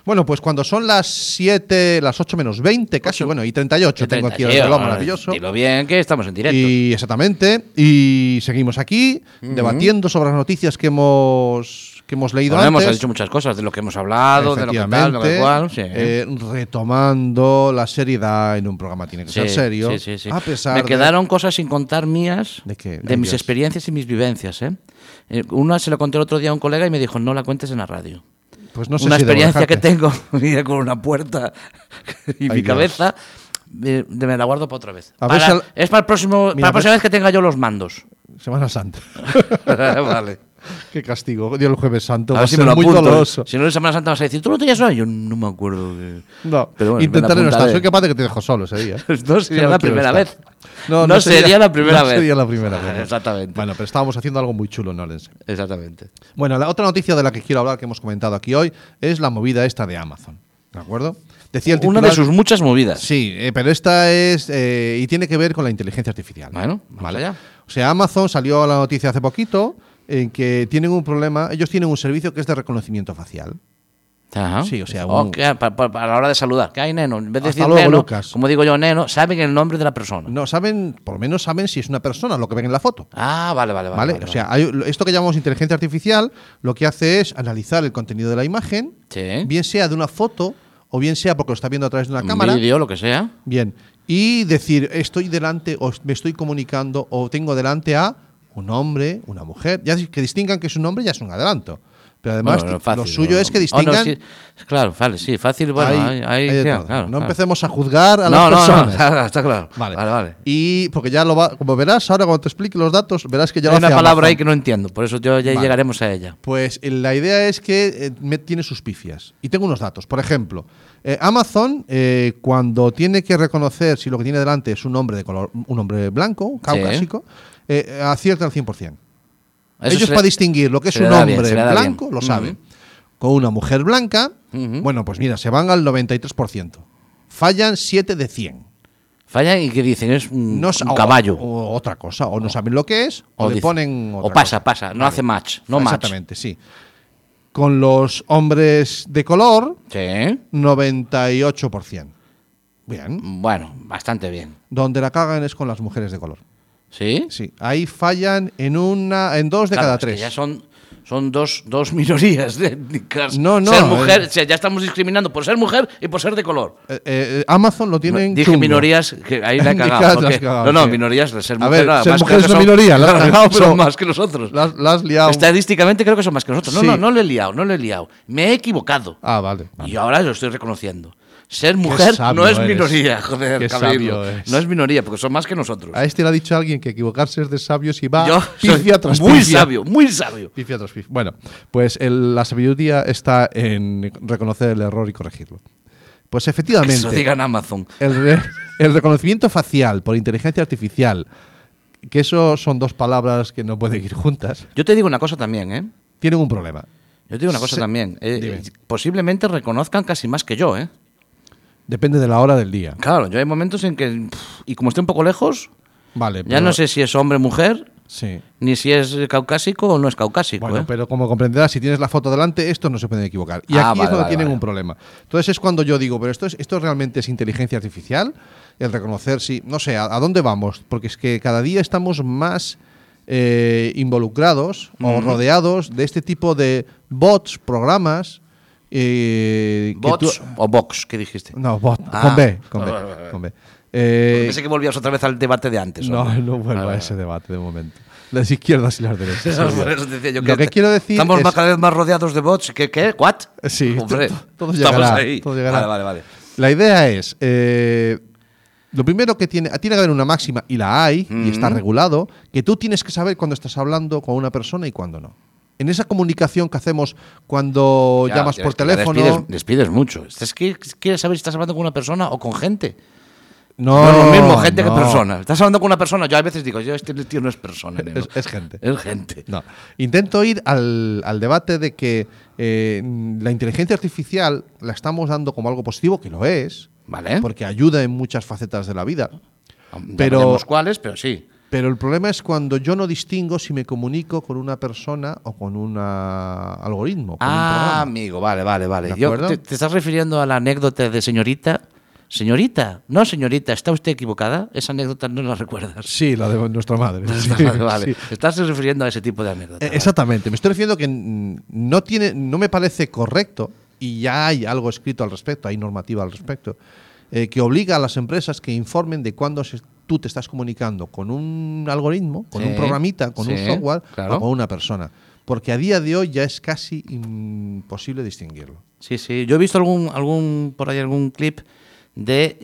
[SPEAKER 2] Bueno, pues cuando son las 7, las 8 menos 20 casi, bueno, y 38 tengo aquí el
[SPEAKER 1] Sí,
[SPEAKER 2] reloj
[SPEAKER 1] ahora,
[SPEAKER 2] maravilloso.
[SPEAKER 1] Dilo bien que estamos en directo.
[SPEAKER 2] Y exactamente, y seguimos aquí debatiendo sobre las noticias que hemos que hemos leído
[SPEAKER 1] Bueno, hemos
[SPEAKER 2] antes.
[SPEAKER 1] dicho muchas cosas de lo que hemos hablado, de lo que tal, de lo que
[SPEAKER 2] Efectivamente,
[SPEAKER 1] cual. sí.
[SPEAKER 2] eh, retomando la seriedad en un programa tiene que
[SPEAKER 1] Sí,
[SPEAKER 2] ser serio.
[SPEAKER 1] sí, sí, sí.
[SPEAKER 2] A pesar
[SPEAKER 1] Me
[SPEAKER 2] de-
[SPEAKER 1] quedaron cosas sin contar mías
[SPEAKER 2] ¿De qué? Ay,
[SPEAKER 1] de mis
[SPEAKER 2] Dios.
[SPEAKER 1] experiencias y mis vivencias. ¿eh? Eh, Una se la conté el otro día a un colega y me dijo, no la cuentes en la radio.
[SPEAKER 2] pues no sé
[SPEAKER 1] una
[SPEAKER 2] si debo
[SPEAKER 1] experiencia que
[SPEAKER 2] dejarte.
[SPEAKER 1] tengo mira, con una puerta y
[SPEAKER 2] Ay,
[SPEAKER 1] mi
[SPEAKER 2] Dios.
[SPEAKER 1] cabeza eh, de- me la guardo para otra vez.
[SPEAKER 2] A ver
[SPEAKER 1] Para-
[SPEAKER 2] si al-
[SPEAKER 1] Es para el próximo, para
[SPEAKER 2] Mira,
[SPEAKER 1] la próxima
[SPEAKER 2] ves-
[SPEAKER 1] vez que tenga yo los mandos.
[SPEAKER 2] Semana Santa.
[SPEAKER 1] vale.
[SPEAKER 2] Qué castigo. Dios, el jueves santo
[SPEAKER 1] A
[SPEAKER 2] va a
[SPEAKER 1] ver si
[SPEAKER 2] ser
[SPEAKER 1] me lo
[SPEAKER 2] muy
[SPEAKER 1] apunto.
[SPEAKER 2] doloroso.
[SPEAKER 1] Si no, en Semana Santa vas a decir, ¿tú no tenías una? Yo no me acuerdo. De...
[SPEAKER 2] No,
[SPEAKER 1] Pero bueno,
[SPEAKER 2] intentaré
[SPEAKER 1] me la
[SPEAKER 2] no estar.
[SPEAKER 1] apuntaré.
[SPEAKER 2] Soy capaz de que te dejo solo ese día.
[SPEAKER 1] No sería
[SPEAKER 2] Que quiero
[SPEAKER 1] la primera
[SPEAKER 2] estar.
[SPEAKER 1] vez. No sería la primera
[SPEAKER 2] no
[SPEAKER 1] vez.
[SPEAKER 2] sería la primera vez.
[SPEAKER 1] Exactamente.
[SPEAKER 2] Bueno, pero estábamos haciendo algo muy chulo en Orense.
[SPEAKER 1] Exactamente.
[SPEAKER 2] Bueno, la otra noticia de la que quiero hablar que hemos comentado aquí hoy es la movida esta de Amazon. ¿De acuerdo? Decía el
[SPEAKER 1] Una
[SPEAKER 2] titular-
[SPEAKER 1] de sus muchas movidas.
[SPEAKER 2] Sí, eh, pero esta es. eh, y tiene que ver con la inteligencia artificial.
[SPEAKER 1] Bueno, vamos allá.
[SPEAKER 2] O sea, Amazon salió a la noticia hace poquito en que tienen un problema. Ellos tienen un servicio que es de reconocimiento facial.
[SPEAKER 1] Ajá.
[SPEAKER 2] Sí, o sea, un-
[SPEAKER 1] que- pa- pa- pa- a la hora de saludar. ¿Qué hay, neno? En vez de
[SPEAKER 2] Hasta
[SPEAKER 1] decir
[SPEAKER 2] luego,
[SPEAKER 1] neno,
[SPEAKER 2] Lucas.
[SPEAKER 1] como digo yo, neno, saben el nombre de la persona.
[SPEAKER 2] No saben, por lo menos saben si es una persona lo que ven en la foto.
[SPEAKER 1] Ah, vale, vale, vale.
[SPEAKER 2] ¿Vale?
[SPEAKER 1] vale,
[SPEAKER 2] o sea, hay- esto que llamamos inteligencia artificial lo que hace es analizar el contenido de la imagen,
[SPEAKER 1] Sí.
[SPEAKER 2] bien sea de una foto o bien sea porque lo está viendo a través de una
[SPEAKER 1] Un
[SPEAKER 2] cámara.
[SPEAKER 1] vídeo, lo que sea.
[SPEAKER 2] Bien. Y decir, estoy delante o me estoy comunicando o tengo delante a un hombre, una mujer. Ya que distingan que es un hombre ya es un adelanto. Pero además,
[SPEAKER 1] Bueno,
[SPEAKER 2] ti-
[SPEAKER 1] fácil,
[SPEAKER 2] lo suyo
[SPEAKER 1] no,
[SPEAKER 2] es que
[SPEAKER 1] no. Oh, no,
[SPEAKER 2] distingan.
[SPEAKER 1] sí, claro, vale, sí, fácil, bueno,
[SPEAKER 2] Hay-
[SPEAKER 1] ahí, ahí,
[SPEAKER 2] hay de
[SPEAKER 1] claro,
[SPEAKER 2] todo.
[SPEAKER 1] claro,
[SPEAKER 2] no
[SPEAKER 1] claro.
[SPEAKER 2] empecemos a juzgar a
[SPEAKER 1] no,
[SPEAKER 2] las
[SPEAKER 1] no,
[SPEAKER 2] personas.
[SPEAKER 1] No, claro, está claro.
[SPEAKER 2] Vale.
[SPEAKER 1] vale. vale.
[SPEAKER 2] Y porque ya lo va, como verás, ahora cuando te explique los datos, verás que ya
[SPEAKER 1] Hay
[SPEAKER 2] lo hace
[SPEAKER 1] una palabra
[SPEAKER 2] Amazon.
[SPEAKER 1] ahí que no entiendo, por eso yo ya
[SPEAKER 2] Vale.
[SPEAKER 1] llegaremos a ella.
[SPEAKER 2] Pues eh, la idea es que eh, me- tiene sus pifias. Y tengo unos datos. Por ejemplo, eh, Amazon, eh, cuando tiene que reconocer si lo que tiene delante es un hombre de color, un hombre blanco, caucásico, eh, eh, acierta al 100%.
[SPEAKER 1] Eso
[SPEAKER 2] Ellos
[SPEAKER 1] se le-
[SPEAKER 2] para distinguir lo que es
[SPEAKER 1] se le
[SPEAKER 2] un
[SPEAKER 1] da bien,
[SPEAKER 2] hombre
[SPEAKER 1] se le da bien.
[SPEAKER 2] blanco, lo
[SPEAKER 1] Ujú.
[SPEAKER 2] saben. Con una mujer blanca,
[SPEAKER 1] Ujú.
[SPEAKER 2] bueno, pues mira, se van al 93%. Fallan 7 de 100.
[SPEAKER 1] Fallan y que dicen, es un,
[SPEAKER 2] No sa-
[SPEAKER 1] un
[SPEAKER 2] o-
[SPEAKER 1] caballo.
[SPEAKER 2] O, otra cosa, o no saben lo que es, o, le
[SPEAKER 1] dice-
[SPEAKER 2] ponen.
[SPEAKER 1] o
[SPEAKER 2] otra
[SPEAKER 1] pasa,
[SPEAKER 2] cosa.
[SPEAKER 1] pasa, no
[SPEAKER 2] Vale.
[SPEAKER 1] hace match, no match.
[SPEAKER 2] Exactamente, sí. Con los hombres de color,
[SPEAKER 1] Sí.
[SPEAKER 2] 98%. Bien.
[SPEAKER 1] Bueno, bastante bien.
[SPEAKER 2] Donde la cagan es con las mujeres de color.
[SPEAKER 1] ¿Sí?
[SPEAKER 2] Sí, ahí fallan en una en dos de
[SPEAKER 1] Claro,
[SPEAKER 2] cada
[SPEAKER 1] es que
[SPEAKER 2] tres.
[SPEAKER 1] ya son, son dos, dos minorías étnicas.
[SPEAKER 2] No, no,
[SPEAKER 1] Ser mujer,
[SPEAKER 2] eh.
[SPEAKER 1] o sea, ya estamos discriminando por ser mujer y por ser de color.
[SPEAKER 2] Eh, eh, Amazon lo tienen
[SPEAKER 1] Dije
[SPEAKER 2] chungo.
[SPEAKER 1] minorías, que ahí la he
[SPEAKER 2] Indicado,
[SPEAKER 1] cagado.
[SPEAKER 2] la
[SPEAKER 1] porque-
[SPEAKER 2] has cagado,
[SPEAKER 1] no, no,
[SPEAKER 2] sí.
[SPEAKER 1] minorías, de ser
[SPEAKER 2] A
[SPEAKER 1] mujer,
[SPEAKER 2] ver,
[SPEAKER 1] nada
[SPEAKER 2] ser
[SPEAKER 1] más,
[SPEAKER 2] mujer
[SPEAKER 1] creo
[SPEAKER 2] es
[SPEAKER 1] que
[SPEAKER 2] una
[SPEAKER 1] son-
[SPEAKER 2] minoría, la has
[SPEAKER 1] son
[SPEAKER 2] cagado, pero-
[SPEAKER 1] más que nosotros.
[SPEAKER 2] Las, las liado.
[SPEAKER 1] Estadísticamente creo que son más que nosotros. No,
[SPEAKER 2] Sí.
[SPEAKER 1] no, no le he liado, no le he liado. Me he equivocado.
[SPEAKER 2] Ah, vale. vale.
[SPEAKER 1] Y ahora lo estoy reconociendo. Ser mujer
[SPEAKER 2] sabio
[SPEAKER 1] no es
[SPEAKER 2] eres.
[SPEAKER 1] minoría, joder,
[SPEAKER 2] Qué
[SPEAKER 1] cabello.
[SPEAKER 2] sabio eres.
[SPEAKER 1] No es minoría, porque son más que nosotros.
[SPEAKER 2] A este le ha dicho alguien que equivocarse es de sabios y va
[SPEAKER 1] Yo soy
[SPEAKER 2] pifia tras
[SPEAKER 1] muy
[SPEAKER 2] pifia.
[SPEAKER 1] sabio, muy sabio.
[SPEAKER 2] Pifia tras pifia. Bueno, pues el- la sabiduría está en reconocer el error y corregirlo. Pues
[SPEAKER 1] Que
[SPEAKER 2] efectivamente.
[SPEAKER 1] se lo digan a Amazon.
[SPEAKER 2] El, re- el reconocimiento facial por inteligencia artificial, que eso son dos palabras que no pueden ir juntas,
[SPEAKER 1] Yo te digo una cosa también, ¿eh?
[SPEAKER 2] tienen un problema.
[SPEAKER 1] Yo te digo una cosa
[SPEAKER 2] Se-
[SPEAKER 1] también. Eh,
[SPEAKER 2] Dime.
[SPEAKER 1] posiblemente reconozcan casi más que yo, ¿eh?
[SPEAKER 2] Depende de la hora del día.
[SPEAKER 1] Claro, yo hay momentos en que. pff, y como estoy un poco lejos,
[SPEAKER 2] Vale.
[SPEAKER 1] ya
[SPEAKER 2] pero-
[SPEAKER 1] no sé si es hombre o mujer,
[SPEAKER 2] Sí.
[SPEAKER 1] ni si es caucásico o no es caucásico.
[SPEAKER 2] Bueno,
[SPEAKER 1] ¿eh?
[SPEAKER 2] pero como comprenderás, si tienes la foto delante, estos no se pueden equivocar. Y
[SPEAKER 1] Ah,
[SPEAKER 2] aquí
[SPEAKER 1] vale,
[SPEAKER 2] es donde
[SPEAKER 1] vale,
[SPEAKER 2] tienen
[SPEAKER 1] vale.
[SPEAKER 2] un problema. Entonces es cuando yo digo, pero esto, es, esto realmente es inteligencia artificial, el reconocer si, no sé, ¿a, a dónde vamos? Porque es que cada día estamos más eh, involucrados o rodeados de este tipo de bots, programas. eh, que
[SPEAKER 1] ¿Bots
[SPEAKER 2] tú-
[SPEAKER 1] o box? ¿Qué dijiste?
[SPEAKER 2] No, bot,
[SPEAKER 1] Ah.
[SPEAKER 2] con B, con B,
[SPEAKER 1] Vale, vale, vale.
[SPEAKER 2] con B. Eh,
[SPEAKER 1] Pensé que volvías otra vez al debate de antes.
[SPEAKER 2] no,
[SPEAKER 1] hombre.
[SPEAKER 2] no vuelvo
[SPEAKER 1] Vale,
[SPEAKER 2] a
[SPEAKER 1] vale.
[SPEAKER 2] ese debate de momento. Las izquierdas y las derechas. se
[SPEAKER 1] Por
[SPEAKER 2] olvida.
[SPEAKER 1] eso decía yo
[SPEAKER 2] Lo que quiero decir
[SPEAKER 1] Estamos
[SPEAKER 2] es-
[SPEAKER 1] más- cada vez más rodeados de bots. ¿Qué? qué? ¿What?
[SPEAKER 2] Sí,
[SPEAKER 1] Hombre,
[SPEAKER 2] todo- todo
[SPEAKER 1] estamos
[SPEAKER 2] llegará,
[SPEAKER 1] ahí.
[SPEAKER 2] todo llegará.
[SPEAKER 1] Vale, vale, vale.
[SPEAKER 2] La idea es, eh, lo primero que tiene, tiene que haber una máxima, y la hay, y está regulado, que tú tienes que saber cuando estás hablando con una persona y cuando no. En esa comunicación que hacemos cuando
[SPEAKER 1] Ya,
[SPEAKER 2] llamas
[SPEAKER 1] ya
[SPEAKER 2] por
[SPEAKER 1] es que ya
[SPEAKER 2] teléfono...
[SPEAKER 1] Despides, despides mucho. Es que quieres saber si estás hablando con una persona o con gente.
[SPEAKER 2] No,
[SPEAKER 1] no es lo mismo gente
[SPEAKER 2] no.
[SPEAKER 1] que persona. Estás hablando con una persona. Yo a veces digo, yo este tío no es persona. neno.
[SPEAKER 2] Es- es gente.
[SPEAKER 1] Es gente.
[SPEAKER 2] No. Intento ir al, al debate de que eh, la inteligencia artificial la estamos dando como algo positivo, que lo es,
[SPEAKER 1] Vale.
[SPEAKER 2] porque ayuda en muchas facetas de la vida. pero-
[SPEAKER 1] pero veremos cuáles, pero sí.
[SPEAKER 2] Pero el problema es cuando yo no distingo si me comunico con una persona o con un algoritmo. con un
[SPEAKER 1] Ah,
[SPEAKER 2] programa.
[SPEAKER 1] amigo, vale, vale, vale.
[SPEAKER 2] ¿De
[SPEAKER 1] Yo-
[SPEAKER 2] acuerdo?
[SPEAKER 1] te, te estás refiriendo a la anécdota de señorita? Señorita, no señorita, está usted equivocada. Esa anécdota no la recuerdas.
[SPEAKER 2] Sí, la de nuestra madre. Sí,
[SPEAKER 1] vale, vale.
[SPEAKER 2] sí.
[SPEAKER 1] Estás refiriendo a ese tipo de anécdota.
[SPEAKER 2] Eh,
[SPEAKER 1] vale.
[SPEAKER 2] Exactamente. Me estoy refiriendo que mm, no, tiene, no me parece correcto, y ya hay algo escrito al respecto, hay normativa al respecto, eh, que obliga a las empresas que informen de cuándo se- tú te estás comunicando con un algoritmo, con
[SPEAKER 1] Sí,
[SPEAKER 2] un programita, con un
[SPEAKER 1] sí,
[SPEAKER 2] software
[SPEAKER 1] claro.
[SPEAKER 2] o con una persona. Porque a día de hoy ya es casi imposible distinguirlo.
[SPEAKER 1] Sí, sí. Yo he visto algún, algún por ahí algún clip de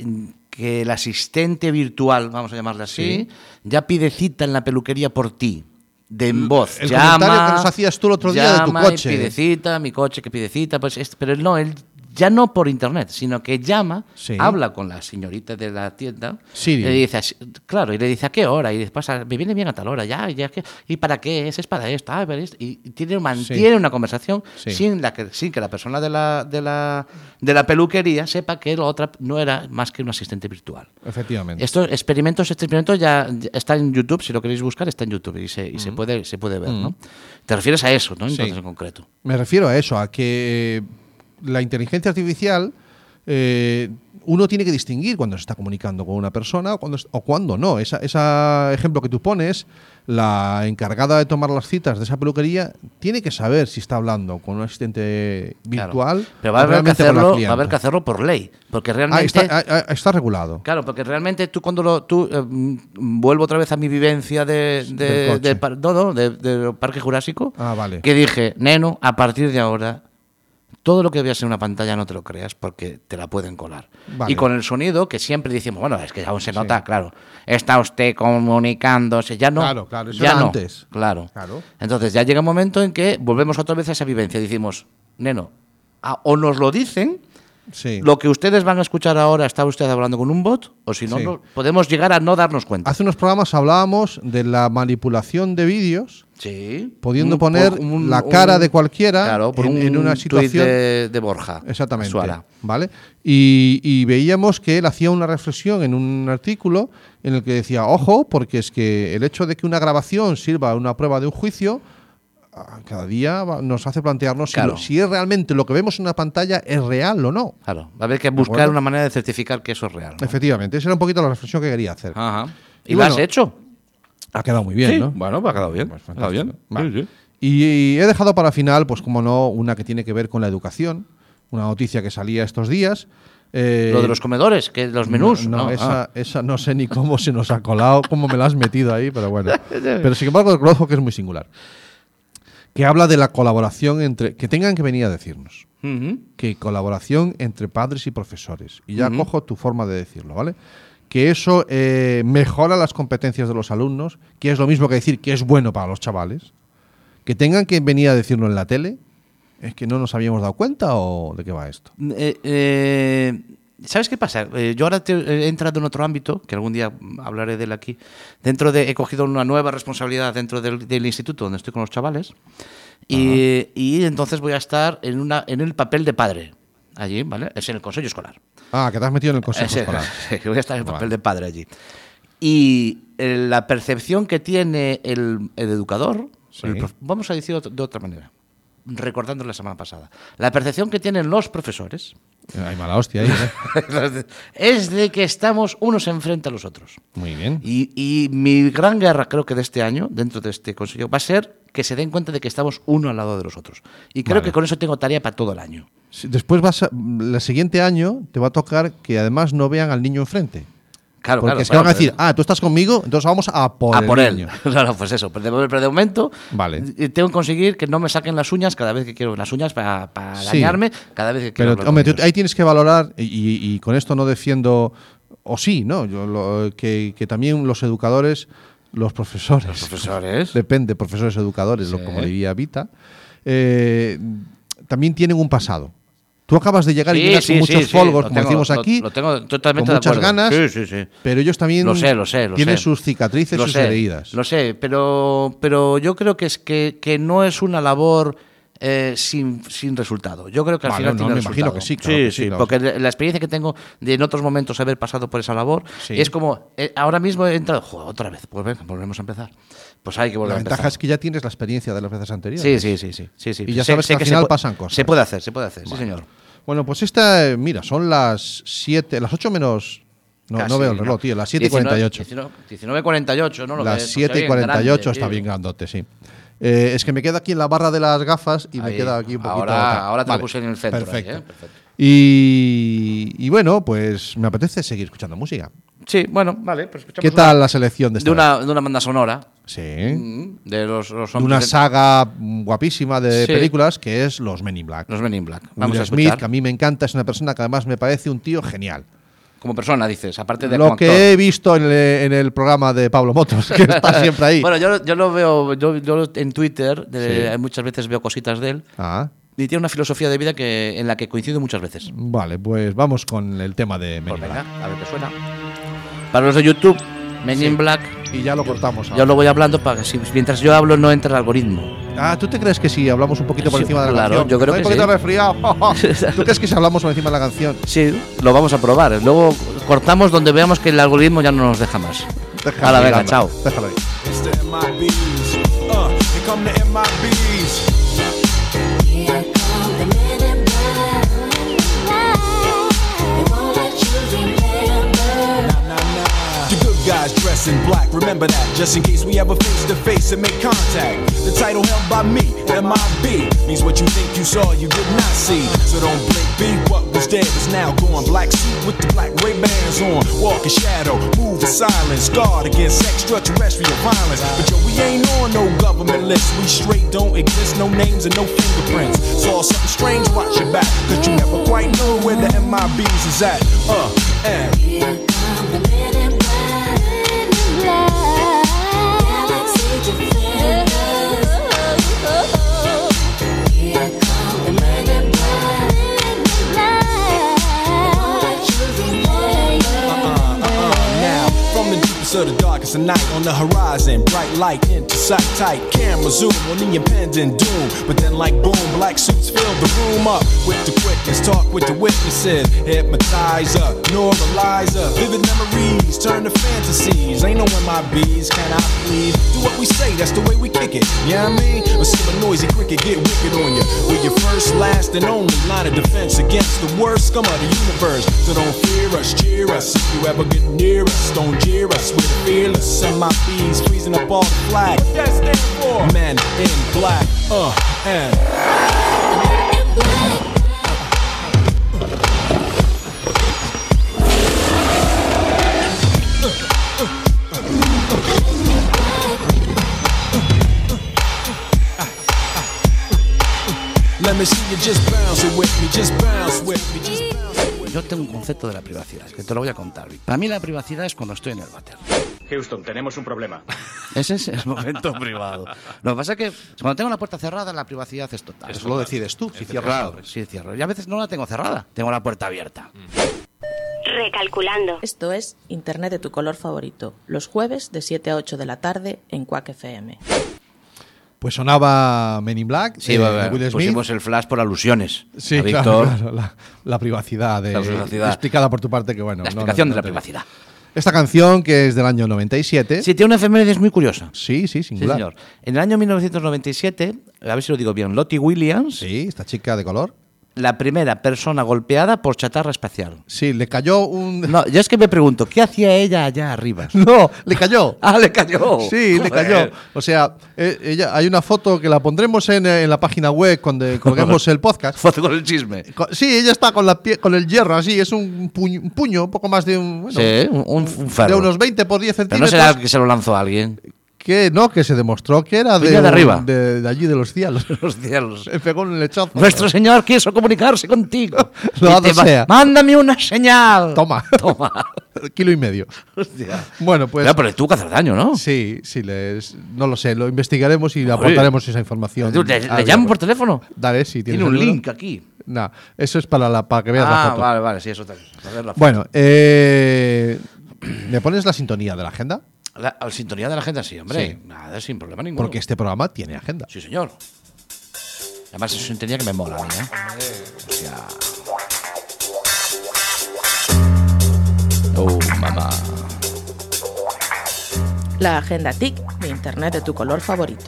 [SPEAKER 1] que el asistente virtual, vamos a llamarle así, ya pide cita en la peluquería por ti. De en voz.
[SPEAKER 2] el
[SPEAKER 1] llama,
[SPEAKER 2] comentario que nos hacías tú el otro día de tu
[SPEAKER 1] llama y
[SPEAKER 2] coche.
[SPEAKER 1] pide cita, mi coche que pide cita. Pues, es- pero no, él ya no por internet, sino que llama,
[SPEAKER 2] Sí.
[SPEAKER 1] habla con la señorita de la tienda.
[SPEAKER 2] Siri.
[SPEAKER 1] Y le dice, así- claro, y le dice a qué hora. Y después, "Ah, me viene bien a tal hora, ya, ya, que- ¿y para qué es? Es para esto. ah, para esto". Y tiene, mantiene una conversación
[SPEAKER 2] Sí.
[SPEAKER 1] sin, la que, sin que la persona de la, de, la, de la peluquería sepa que la otra no era más que un asistente virtual.
[SPEAKER 2] Efectivamente.
[SPEAKER 1] Estos experimentos, este experimento ya ya está en YouTube, si lo queréis buscar, está en YouTube y se, y se, puede, se puede ver, ¿no? Te refieres a eso, ¿no? Entonces,
[SPEAKER 2] Sí.
[SPEAKER 1] en concreto.
[SPEAKER 2] Me refiero a eso, a que la inteligencia eh, artificial eh, uno tiene que distinguir cuando se está comunicando con una persona o cuando, es- o cuando no. Ese esa ejemplo que tú pones, la encargada de tomar las citas de esa peluquería tiene que saber si está hablando con un asistente
[SPEAKER 1] Claro.
[SPEAKER 2] virtual
[SPEAKER 1] Pero va a,
[SPEAKER 2] o
[SPEAKER 1] haber que
[SPEAKER 2] realmente con la
[SPEAKER 1] hacerlo, va a
[SPEAKER 2] clienta.
[SPEAKER 1] haber que hacerlo por ley. Porque
[SPEAKER 2] Ah,
[SPEAKER 1] realmente.
[SPEAKER 2] está, ah, ah, está regulado.
[SPEAKER 1] Claro, porque realmente tú cuando lo, tú eh, mm, vuelvo otra vez a mi vivencia de, de-
[SPEAKER 2] Del coche.
[SPEAKER 1] de par- no, no, de- del Parque Jurásico,
[SPEAKER 2] Ah, vale.
[SPEAKER 1] que dije, neno, a partir de ahora todo lo que veas en una pantalla no te lo creas porque te la pueden colar.
[SPEAKER 2] Vale.
[SPEAKER 1] Y con el sonido que siempre decimos, bueno, es que aún se nota, claro, está usted comunicándose, ya no,
[SPEAKER 2] Claro, claro, eso
[SPEAKER 1] ya
[SPEAKER 2] era
[SPEAKER 1] no,
[SPEAKER 2] antes.
[SPEAKER 1] claro.
[SPEAKER 2] Claro.
[SPEAKER 1] Entonces ya llega un momento en que volvemos otra vez a esa vivencia, decimos, neno, a- o nos lo dicen.
[SPEAKER 2] Sí.
[SPEAKER 1] Lo que ustedes van a escuchar ahora, ¿está usted hablando con un bot? O si no,
[SPEAKER 2] Sí.
[SPEAKER 1] no- podemos llegar a no darnos cuenta.
[SPEAKER 2] Hace unos programas hablábamos de la manipulación de vídeos,
[SPEAKER 1] Sí.
[SPEAKER 2] pudiendo
[SPEAKER 1] Un-
[SPEAKER 2] poner
[SPEAKER 1] por un-
[SPEAKER 2] la
[SPEAKER 1] un-
[SPEAKER 2] cara de cualquiera
[SPEAKER 1] claro, por
[SPEAKER 2] en,
[SPEAKER 1] un
[SPEAKER 2] en una
[SPEAKER 1] tuit
[SPEAKER 2] situación.
[SPEAKER 1] de, de Borja.
[SPEAKER 2] Exactamente.
[SPEAKER 1] Suara.
[SPEAKER 2] ¿Vale? Y, y veíamos que él hacía una reflexión en un artículo en el que decía, ojo, porque es que el hecho de que una grabación sirva a una prueba de un juicio, ah, cada día va- nos hace plantearnos si
[SPEAKER 1] Claro.
[SPEAKER 2] lo- si, es realmente lo que vemos en una pantalla es real o no.
[SPEAKER 1] Claro. Va a haber que
[SPEAKER 2] acuerdo?
[SPEAKER 1] buscar una manera de certificar que eso es real. ¿no?
[SPEAKER 2] Efectivamente, esa era un poquito la reflexión que quería hacer.
[SPEAKER 1] Ajá.
[SPEAKER 2] Y
[SPEAKER 1] ¿Y, lo has
[SPEAKER 2] bueno,
[SPEAKER 1] hecho?
[SPEAKER 2] Ha quedado muy bien, ¿no?
[SPEAKER 1] Ah. Bueno, va ha quedado bien.
[SPEAKER 2] Pues
[SPEAKER 1] ha quedado bien.
[SPEAKER 2] fantástico. Vale. Y, he dejado para final, pues como no, una que tiene que ver con la educación, una noticia que salía estos días. eh,
[SPEAKER 1] Lo de los comedores, que los menús.
[SPEAKER 2] No, no,
[SPEAKER 1] ¿no?
[SPEAKER 2] esa,
[SPEAKER 1] Ah.
[SPEAKER 2] esa no sé ni cómo se nos ha colado, cómo me la has metido ahí, pero bueno. Pero sin embargo, reconozco que es muy singular. Que habla de la colaboración entre. que tengan que venir a decirnos.
[SPEAKER 1] Ujú.
[SPEAKER 2] Que colaboración entre padres y profesores. Y ya cojo tu forma de decirlo, ¿vale? Que eso eh, mejora las competencias de los alumnos, que es lo mismo que decir que es bueno para los chavales. Que tengan que venir a decirlo en la tele. ¿Es que no nos habíamos dado cuenta o de qué va esto?
[SPEAKER 1] Eh, eh, ¿Sabes qué pasa? Eh, yo ahora te- he entrado en otro ámbito, que algún día mm, hablaré de él aquí. Dentro de, he cogido una nueva responsabilidad dentro del, del instituto donde estoy con los chavales. Y, y entonces voy a estar en, una, en el papel de padre. Allí, ¿vale? Es en el consejo escolar.
[SPEAKER 2] Ah, que te has metido en el consejo
[SPEAKER 1] Ese-
[SPEAKER 2] escolar.
[SPEAKER 1] sí, voy a estar en el
[SPEAKER 2] Vale.
[SPEAKER 1] papel de padre allí. Y eh, la percepción que tiene el, el educador,
[SPEAKER 2] Sí.
[SPEAKER 1] el prof- vamos a decirlo de otra manera, recordando la semana pasada, la percepción que tienen los profesores
[SPEAKER 2] Hay mala hostia ahí, ¿eh?
[SPEAKER 1] es de que estamos unos enfrente a los otros.
[SPEAKER 2] Muy bien.
[SPEAKER 1] Y, y mi gran guerra, creo que de este año, dentro de este consejo, va a ser que se den cuenta de que estamos uno al lado de los otros. Y creo
[SPEAKER 2] Vale.
[SPEAKER 1] que con eso tengo tarea para todo el año.
[SPEAKER 2] Sí, Después vas a- el siguiente año te va a tocar que además no vean al niño enfrente.
[SPEAKER 1] Claro,
[SPEAKER 2] porque
[SPEAKER 1] claro,
[SPEAKER 2] es que
[SPEAKER 1] claro,
[SPEAKER 2] van a decir,
[SPEAKER 1] pero-
[SPEAKER 2] ah, tú estás conmigo, entonces vamos a por,
[SPEAKER 1] a
[SPEAKER 2] el
[SPEAKER 1] por él.
[SPEAKER 2] niño".
[SPEAKER 1] Claro, pues eso. Pero de, pero de momento
[SPEAKER 2] Vale.
[SPEAKER 1] eh, tengo que conseguir que no me saquen las uñas cada vez que quiero las uñas para, para
[SPEAKER 2] Sí.
[SPEAKER 1] dañarme, cada vez que quiero.
[SPEAKER 2] Pero
[SPEAKER 1] hablar
[SPEAKER 2] hombre,
[SPEAKER 1] con
[SPEAKER 2] tú-
[SPEAKER 1] ellos.
[SPEAKER 2] ahí tienes que valorar, y, y- y con esto no defiendo, o sí, ¿no? Yo lo- que, que también los educadores, los profesores.
[SPEAKER 1] Los profesores.
[SPEAKER 2] Depende, profesores educadores, lo, como diría Vita, eh, también tienen un pasado. Tú acabas de llegar y
[SPEAKER 1] Sí,
[SPEAKER 2] llegas
[SPEAKER 1] sí,
[SPEAKER 2] con
[SPEAKER 1] sí,
[SPEAKER 2] muchos
[SPEAKER 1] sí,
[SPEAKER 2] folgos,
[SPEAKER 1] lo
[SPEAKER 2] como
[SPEAKER 1] tengo,
[SPEAKER 2] decimos
[SPEAKER 1] lo-
[SPEAKER 2] aquí,
[SPEAKER 1] lo tengo totalmente
[SPEAKER 2] con
[SPEAKER 1] de
[SPEAKER 2] muchas
[SPEAKER 1] acuerdo.
[SPEAKER 2] ganas,
[SPEAKER 1] Sí, sí, sí.
[SPEAKER 2] pero ellos también
[SPEAKER 1] Lo sé, lo sé, lo
[SPEAKER 2] tienen
[SPEAKER 1] sé.
[SPEAKER 2] sus cicatrices,
[SPEAKER 1] Lo
[SPEAKER 2] sus
[SPEAKER 1] sé,
[SPEAKER 2] heridas.
[SPEAKER 1] Lo sé, pero, pero yo creo que es que, que no es una labor eh, sin, sin resultado. Yo creo que al
[SPEAKER 2] Vale,
[SPEAKER 1] final
[SPEAKER 2] no,
[SPEAKER 1] tiene
[SPEAKER 2] me imagino
[SPEAKER 1] resultado.
[SPEAKER 2] que sí, claro que sí, claro
[SPEAKER 1] porque la experiencia que tengo de en otros momentos haber pasado por esa labor
[SPEAKER 2] Sí.
[SPEAKER 1] es como eh, ahora mismo he entrado, "Jo, otra vez, pues venga, volvemos a empezar. Pues hay que volver
[SPEAKER 2] La
[SPEAKER 1] a empezar.
[SPEAKER 2] ventaja es que ya tienes la experiencia de las veces anteriores.
[SPEAKER 1] Sí, sí, sí, sí, sí, sí.
[SPEAKER 2] Y ya
[SPEAKER 1] Sé-
[SPEAKER 2] sabes que
[SPEAKER 1] sé
[SPEAKER 2] al
[SPEAKER 1] se
[SPEAKER 2] final
[SPEAKER 1] puede-
[SPEAKER 2] pasan cosas.
[SPEAKER 1] Se puede hacer, se puede hacer, sí, señor.
[SPEAKER 2] Bueno, pues esta, eh, mira, son las 7, las 8 menos. No,
[SPEAKER 1] Casi,
[SPEAKER 2] no veo el
[SPEAKER 1] ¿no?
[SPEAKER 2] reloj, tío, las 7 y 48.
[SPEAKER 1] 19, 19.48, ¿no? Lo
[SPEAKER 2] Las
[SPEAKER 1] ves,
[SPEAKER 2] 7 y
[SPEAKER 1] está bien
[SPEAKER 2] 48
[SPEAKER 1] grande,
[SPEAKER 2] está
[SPEAKER 1] tío.
[SPEAKER 2] bien grandote, sí. Eh, es que me queda aquí en la barra de las gafas y me
[SPEAKER 1] Ahí.
[SPEAKER 2] queda aquí un poquito.
[SPEAKER 1] Ahora-
[SPEAKER 2] tal.
[SPEAKER 1] ahora te lo puse en el centro, ahí,
[SPEAKER 2] Perfecto.
[SPEAKER 1] ¿eh? Perfecto.
[SPEAKER 2] Y, y bueno, pues me apetece seguir escuchando música.
[SPEAKER 1] Sí, bueno, vale, pues escuchamos
[SPEAKER 2] ¿Qué
[SPEAKER 1] una-
[SPEAKER 2] tal la selección de esta
[SPEAKER 1] de
[SPEAKER 2] vez?
[SPEAKER 1] una, de una banda sonora
[SPEAKER 2] Sí.
[SPEAKER 1] mm, de los, los
[SPEAKER 2] De una
[SPEAKER 1] hombres-
[SPEAKER 2] saga mm, guapísima de
[SPEAKER 1] Sí.
[SPEAKER 2] películas que es Los Men in Black.
[SPEAKER 1] los Men in Black. Vamos
[SPEAKER 2] Will
[SPEAKER 1] a
[SPEAKER 2] Smith,
[SPEAKER 1] escuchar.
[SPEAKER 2] que a mí me encanta, es una persona que además me parece un tío genial.
[SPEAKER 1] como persona, dices, aparte de
[SPEAKER 2] Lo
[SPEAKER 1] como
[SPEAKER 2] que he visto en el, en el programa de Pablo Motos, que
[SPEAKER 1] actor.
[SPEAKER 2] está siempre ahí.
[SPEAKER 1] bueno, yo, lo- yo lo veo yo, yo lo- en Twitter, de-
[SPEAKER 2] Sí.
[SPEAKER 1] muchas veces veo cositas de él
[SPEAKER 2] Ah,
[SPEAKER 1] y tiene una filosofía de vida que, en la que coincido muchas veces.
[SPEAKER 2] vale, pues vamos con el tema de Men
[SPEAKER 1] Pues
[SPEAKER 2] in
[SPEAKER 1] venga,
[SPEAKER 2] Black.
[SPEAKER 1] a ver qué suena. Para los de YouTube, Men in Black,
[SPEAKER 2] Y ya lo cortamos.
[SPEAKER 1] yo
[SPEAKER 2] ahora.
[SPEAKER 1] lo voy hablando para que si- mientras yo hablo no entra el algoritmo.
[SPEAKER 2] Ah, ¿tú te crees que si hablamos un poquito por
[SPEAKER 1] Sí,
[SPEAKER 2] encima de la
[SPEAKER 1] claro,
[SPEAKER 2] canción?
[SPEAKER 1] yo creo
[SPEAKER 2] Estoy
[SPEAKER 1] que sí.
[SPEAKER 2] un poquito resfriado. ¿Tú crees que si hablamos por encima de la canción?
[SPEAKER 1] Sí, lo vamos a probar. Luego cortamos donde veamos que el algoritmo ya no nos deja más. a la
[SPEAKER 2] Déjalo ahí,
[SPEAKER 1] venga,
[SPEAKER 2] anda,
[SPEAKER 1] chao.
[SPEAKER 2] Déjalo ahí.
[SPEAKER 6] It's the MIBs. Uh, here come the MIBs.
[SPEAKER 5] Here come the men in black.
[SPEAKER 8] dressed in black. Remember that, just in case we ever face to face and make contact. The title held by me, MIB, means what you think you saw, you did not see. So don't blink, be what was dead is now gone. Black suit with the black Ray Bans on, walk in shadow, move in silence, guard against extraterrestrial violence. But yo, we ain't on no government list, we straight don't exist, no names and no fingerprints. Saw something strange, watch your back, cause you never quite know where the MIBs is at. Uh, and. now. From the deepest of the darkest of night on the horizon, bright light into sight tight. Camera zoom on the impending doom. But then, like boom, black suits fill the room up with the quickness. Talk with the witnesses, hypnotizer, normalizer. Vivid memories turn to fantasies. Ain't no MIBs, can I please? Do what we say, that's the way we kick it. Yeah, I mean, or see a noisy cricket get wicked on you. We're your first, last, and only line of defense against the worst scum of the universe. So don't fear us, cheer us. If you ever get near us, don't jeer us. We're fearless. And my bees freezing up all the flag. That's there for men in black. Uh, and. Let me see you just bounce it with me, just bounce with me, just bounce it with me.
[SPEAKER 1] Yo tengo un concepto de la privacidad, que te lo voy a contar. Para mí la privacidad es cuando estoy en el váter.
[SPEAKER 10] Houston, tenemos un problema.
[SPEAKER 1] Ese es el momento privado. Lo que pasa es que cuando tengo la puerta cerrada, la privacidad es total.
[SPEAKER 2] Eso lo decides tú, si cierras.
[SPEAKER 1] Claro, sí, cierro. Y a veces no la tengo cerrada, tengo la puerta abierta.
[SPEAKER 9] Recalculando.
[SPEAKER 7] Esto es Internet de tu color favorito, los jueves de 7 a 8 de la tarde en Quack FM.
[SPEAKER 2] Pues sonaba Men in Black,
[SPEAKER 1] Sí,
[SPEAKER 2] eh,
[SPEAKER 1] va,
[SPEAKER 2] de
[SPEAKER 1] va,
[SPEAKER 2] Will Smith.
[SPEAKER 1] pusimos el flash por alusiones.
[SPEAKER 2] Sí,
[SPEAKER 1] a
[SPEAKER 2] claro,
[SPEAKER 1] Víctor.
[SPEAKER 2] claro, la, la privacidad de-
[SPEAKER 1] La privacidad.
[SPEAKER 2] explicada por tu parte que bueno.
[SPEAKER 1] La
[SPEAKER 2] no-
[SPEAKER 1] explicación
[SPEAKER 2] no-
[SPEAKER 1] de
[SPEAKER 2] no
[SPEAKER 1] la
[SPEAKER 2] te-
[SPEAKER 1] privacidad.
[SPEAKER 2] Esta canción que es del año 97.
[SPEAKER 1] Sí, tiene una efeméride es muy curiosa.
[SPEAKER 2] sí, sí,
[SPEAKER 1] Sí,
[SPEAKER 2] singular.
[SPEAKER 1] señor. En el año 1997, a ver si lo digo bien, Lottie Williams,
[SPEAKER 2] Sí, esta chica de color.
[SPEAKER 1] la primera persona golpeada por chatarra espacial.
[SPEAKER 2] Sí, le cayó un
[SPEAKER 1] No, yo es que me pregunto, ¿qué hacía ella allá arriba?
[SPEAKER 2] No, le cayó.
[SPEAKER 1] Ah, le cayó.
[SPEAKER 2] Sí, le
[SPEAKER 1] Joder.
[SPEAKER 2] cayó. O sea, eh, ella, hay una foto que la pondremos en, eh, en la página web cuando colguemos el podcast.
[SPEAKER 1] Foto con el chisme.
[SPEAKER 2] Co- Sí, ella está con, la pie- con el hierro así, es un puño, un puño, un poco más de un, bueno,
[SPEAKER 1] sí, un, un- un
[SPEAKER 2] de
[SPEAKER 1] ferro.
[SPEAKER 2] unos 20 por 10
[SPEAKER 1] Pero no
[SPEAKER 2] centímetros.
[SPEAKER 1] será que se lo lanzó a alguien.
[SPEAKER 2] que no, que se demostró que era de,
[SPEAKER 1] Venía de
[SPEAKER 2] un-
[SPEAKER 1] arriba.
[SPEAKER 2] de, de allí de los cielos.
[SPEAKER 1] Los cielos.
[SPEAKER 2] Le pegó un lechazo.
[SPEAKER 1] Nuestro Señor quiso comunicarse contigo.
[SPEAKER 2] Loado
[SPEAKER 1] Y te va-
[SPEAKER 2] sea.
[SPEAKER 1] Mándame una señal.
[SPEAKER 2] Toma.
[SPEAKER 1] Toma.
[SPEAKER 2] Kilo y medio.
[SPEAKER 1] Hostia.
[SPEAKER 2] Bueno, pues.
[SPEAKER 1] Claro, pero le tuvo que hacer daño, ¿no?
[SPEAKER 2] Sí, sí, les, no lo sé, lo investigaremos y le aportaremos esa información.
[SPEAKER 1] Tú, Le, le
[SPEAKER 2] Ah,
[SPEAKER 1] llamo
[SPEAKER 2] bien.
[SPEAKER 1] por teléfono.
[SPEAKER 2] Dale, sí,
[SPEAKER 1] Tiene
[SPEAKER 2] tienes
[SPEAKER 1] un
[SPEAKER 2] el número.
[SPEAKER 1] link aquí.
[SPEAKER 2] Nah, eso es para, la, para que veas la
[SPEAKER 1] Ah,
[SPEAKER 2] foto.
[SPEAKER 1] vale, vale, sí, eso también. Para ver la foto.
[SPEAKER 2] Bueno, eh, ¿me pones la sintonía de la agenda?
[SPEAKER 1] La, a la sintonía de la gente, sí, hombre.
[SPEAKER 2] Sí.
[SPEAKER 1] Nada, sin problema ninguno.
[SPEAKER 2] Porque este programa tiene agenda.
[SPEAKER 1] Sí, señor. Además, es una sintonía que me mola, a mí, ¿eh? Hostia. Oh, mamá.
[SPEAKER 7] La agenda TIC de Internet de tu color favorito.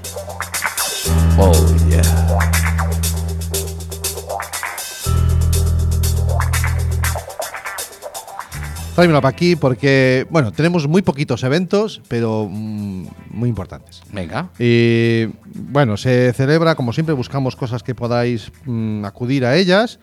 [SPEAKER 1] Oh, yeah.
[SPEAKER 2] Tráemelo para aquí porque, bueno, tenemos muy poquitos eventos, pero mm, muy importantes.
[SPEAKER 1] Venga.
[SPEAKER 2] Y bueno, se celebra, como siempre, buscamos cosas que podáis mm, acudir a ellas.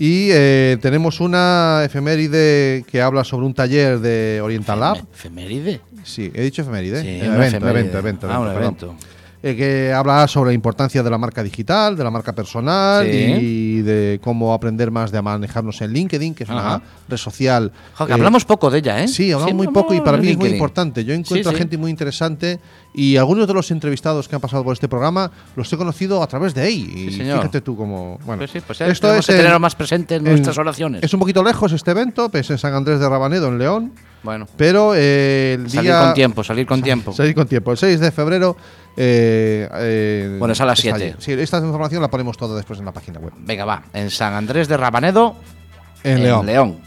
[SPEAKER 2] Y eh, tenemos una efeméride que habla sobre un taller de Oriental Lab.
[SPEAKER 1] Efeméride.
[SPEAKER 2] Sí, he dicho efeméride.
[SPEAKER 1] Sí,
[SPEAKER 2] Eh,
[SPEAKER 1] una
[SPEAKER 2] evento,
[SPEAKER 1] efeméride.
[SPEAKER 2] evento, evento,
[SPEAKER 1] Ah, un
[SPEAKER 2] perdón.
[SPEAKER 1] evento.
[SPEAKER 2] Eh, que habla sobre la importancia de la marca digital, de la marca personal
[SPEAKER 1] Sí.
[SPEAKER 2] y de cómo aprender más de manejarnos en LinkedIn, que es una
[SPEAKER 1] Ajá.
[SPEAKER 2] red social.
[SPEAKER 1] Jo, que
[SPEAKER 2] eh,
[SPEAKER 1] hablamos poco de ella, ¿eh?
[SPEAKER 2] Sí, hablamos
[SPEAKER 1] Siempre
[SPEAKER 2] muy poco y para
[SPEAKER 1] de
[SPEAKER 2] mí es muy
[SPEAKER 1] LinkedIn.
[SPEAKER 2] importante. Yo encuentro
[SPEAKER 1] Sí,
[SPEAKER 2] a
[SPEAKER 1] sí.
[SPEAKER 2] gente muy interesante y algunos de los entrevistados que han pasado por este programa los he conocido a través de ahí. Y
[SPEAKER 1] Sí, señor.
[SPEAKER 2] fíjate tú cómo. Bueno,
[SPEAKER 1] Pues sí, pues, eh, tenemos que
[SPEAKER 2] en-
[SPEAKER 1] tenerlo más presente en nuestras oraciones.
[SPEAKER 2] Es un poquito lejos este evento, pues en San Andrés de Rabanedo, en León.
[SPEAKER 1] Bueno,
[SPEAKER 2] Pero eh, el
[SPEAKER 1] salir
[SPEAKER 2] día.
[SPEAKER 1] con tiempo, salir con tiempo.
[SPEAKER 2] Salir con tiempo. El 6 de febrero. eh, eh,
[SPEAKER 1] Bueno, es a las
[SPEAKER 2] está
[SPEAKER 1] 7.
[SPEAKER 2] allí. Sí, esta información la ponemos toda después en la página web.
[SPEAKER 1] Venga, va. En San Andrés de Rabanedo,
[SPEAKER 2] En, León.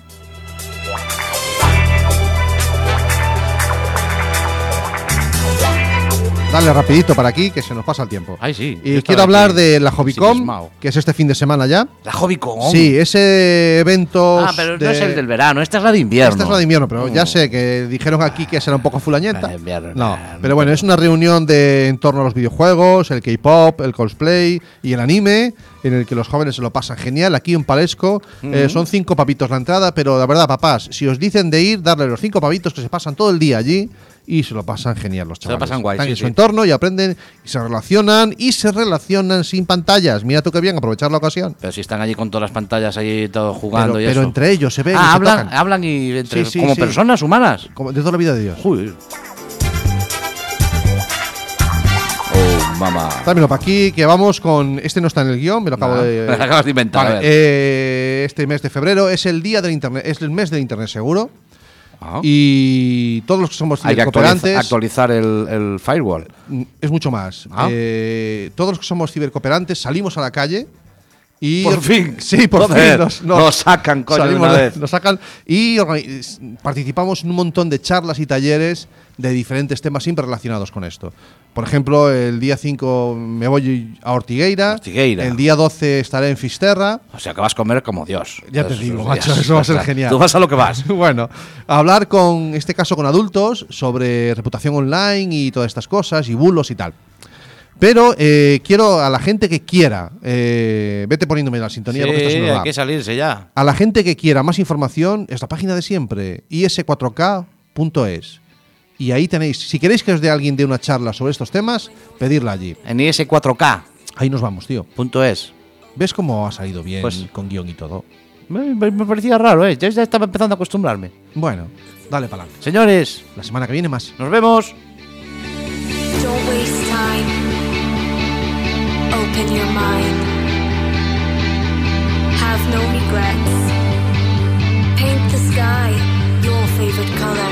[SPEAKER 2] Dale rapidito para aquí, que se nos pasa el tiempo.
[SPEAKER 1] Ay, sí. Yo
[SPEAKER 2] Y
[SPEAKER 1] estaba
[SPEAKER 2] quiero hablar
[SPEAKER 1] aquí
[SPEAKER 2] de la Hobbycom,
[SPEAKER 1] ensimismado.
[SPEAKER 2] que es este fin de semana ya.
[SPEAKER 1] La Hobbycon.
[SPEAKER 2] Sí, ese evento.
[SPEAKER 1] Ah, pero no es el del verano, esta es la de invierno. Mm.
[SPEAKER 2] Esta es la de invierno, pero ya sé que dijeron aquí que será un poco
[SPEAKER 1] La
[SPEAKER 2] fulañeta.
[SPEAKER 1] de invierno.
[SPEAKER 2] No, pero bueno, es una reunión de en torno a los videojuegos, el K-pop, el cosplay y el anime, en el que los jóvenes se lo pasan genial. Aquí en Palesco
[SPEAKER 1] Mm.
[SPEAKER 2] eh, son cinco papitos la entrada, pero la verdad, papás, si os dicen de ir, darle los cinco papitos que se pasan todo el día allí y se lo pasan genial los
[SPEAKER 1] Se lo
[SPEAKER 2] chavales.
[SPEAKER 1] pasan guay,
[SPEAKER 2] Están
[SPEAKER 1] sí,
[SPEAKER 2] en su
[SPEAKER 1] sí.
[SPEAKER 2] entorno y aprenden y se relacionan y se relacionan sin pantallas. Mira tú qué bien, aprovechar la ocasión.
[SPEAKER 1] Pero si están allí con todas las pantallas ahí todos jugando
[SPEAKER 2] Pero,
[SPEAKER 1] y
[SPEAKER 2] pero
[SPEAKER 1] eso.
[SPEAKER 2] entre ellos se ven y
[SPEAKER 1] ah,
[SPEAKER 2] se
[SPEAKER 1] hablan,
[SPEAKER 2] tocan.
[SPEAKER 1] hablan y entre,
[SPEAKER 2] Sí, sí,
[SPEAKER 1] como
[SPEAKER 2] sí.
[SPEAKER 1] personas humanas.
[SPEAKER 2] Como de toda la vida de Dios.
[SPEAKER 1] Uy. Oh, mamá.
[SPEAKER 2] Dámelo para aquí, que vamos con. Este no está en el guión, me lo acabo
[SPEAKER 1] Ah,
[SPEAKER 2] de.
[SPEAKER 1] me lo acabas de inventar,
[SPEAKER 2] Eh, Vale,
[SPEAKER 1] a ver.
[SPEAKER 2] eh, este mes de febrero es el día del internet, es el mes del internet seguro.
[SPEAKER 1] Ah.
[SPEAKER 2] Y todos los que somos
[SPEAKER 1] Hay que
[SPEAKER 2] cibercooperantes.
[SPEAKER 1] actualiza- actualizar el, el firewall.
[SPEAKER 2] mm, Es mucho más.
[SPEAKER 1] Ah.
[SPEAKER 2] Eh, todos los que somos cibercooperantes salimos a la calle. Y
[SPEAKER 1] Por fin.
[SPEAKER 2] Sí, por
[SPEAKER 1] Joder,
[SPEAKER 2] fin. Nos,
[SPEAKER 1] nos sacan, coño, de
[SPEAKER 2] salimos
[SPEAKER 1] una
[SPEAKER 2] de-
[SPEAKER 1] vez.
[SPEAKER 2] Nos sacan y organi- s- participamos en un montón de charlas y talleres de diferentes temas siempre relacionados con esto. Por ejemplo, el día 5 me voy a Ortigueira.
[SPEAKER 1] Ortigueira.
[SPEAKER 2] El día 12 estaré en Fisterra.
[SPEAKER 1] O sea, que vas a comer como Dios.
[SPEAKER 2] Ya te
[SPEAKER 1] Esos
[SPEAKER 2] digo,
[SPEAKER 1] días.
[SPEAKER 2] macho, eso va a ser genial.
[SPEAKER 1] Tú vas a lo que vas.
[SPEAKER 2] bueno, a hablar con, en este caso con adultos, sobre reputación online y todas estas cosas, y bulos y tal. Pero eh, quiero a la gente que quiera, eh, vete poniéndome la sintonía porque esto se nos va.
[SPEAKER 1] salirse ya.
[SPEAKER 2] A la gente que quiera más información, es la página de siempre, is4k.es. Y ahí tenéis, si queréis que os dé alguien de una charla sobre estos temas, pedidla allí.
[SPEAKER 1] En is4k.es.
[SPEAKER 2] Ahí nos vamos, tío. ¿Ves cómo ha salido bien
[SPEAKER 1] Pues-
[SPEAKER 2] con guión y todo?
[SPEAKER 1] Me, me- me parecía raro, ¿eh? Yo ya estaba empezando a acostumbrarme.
[SPEAKER 2] Bueno, dale para adelante.
[SPEAKER 1] Señores,
[SPEAKER 2] La semana que viene más.
[SPEAKER 1] nos vemos.
[SPEAKER 11] Don't waste time. Open your mind. Have no regrets. Paint the sky your favorite color.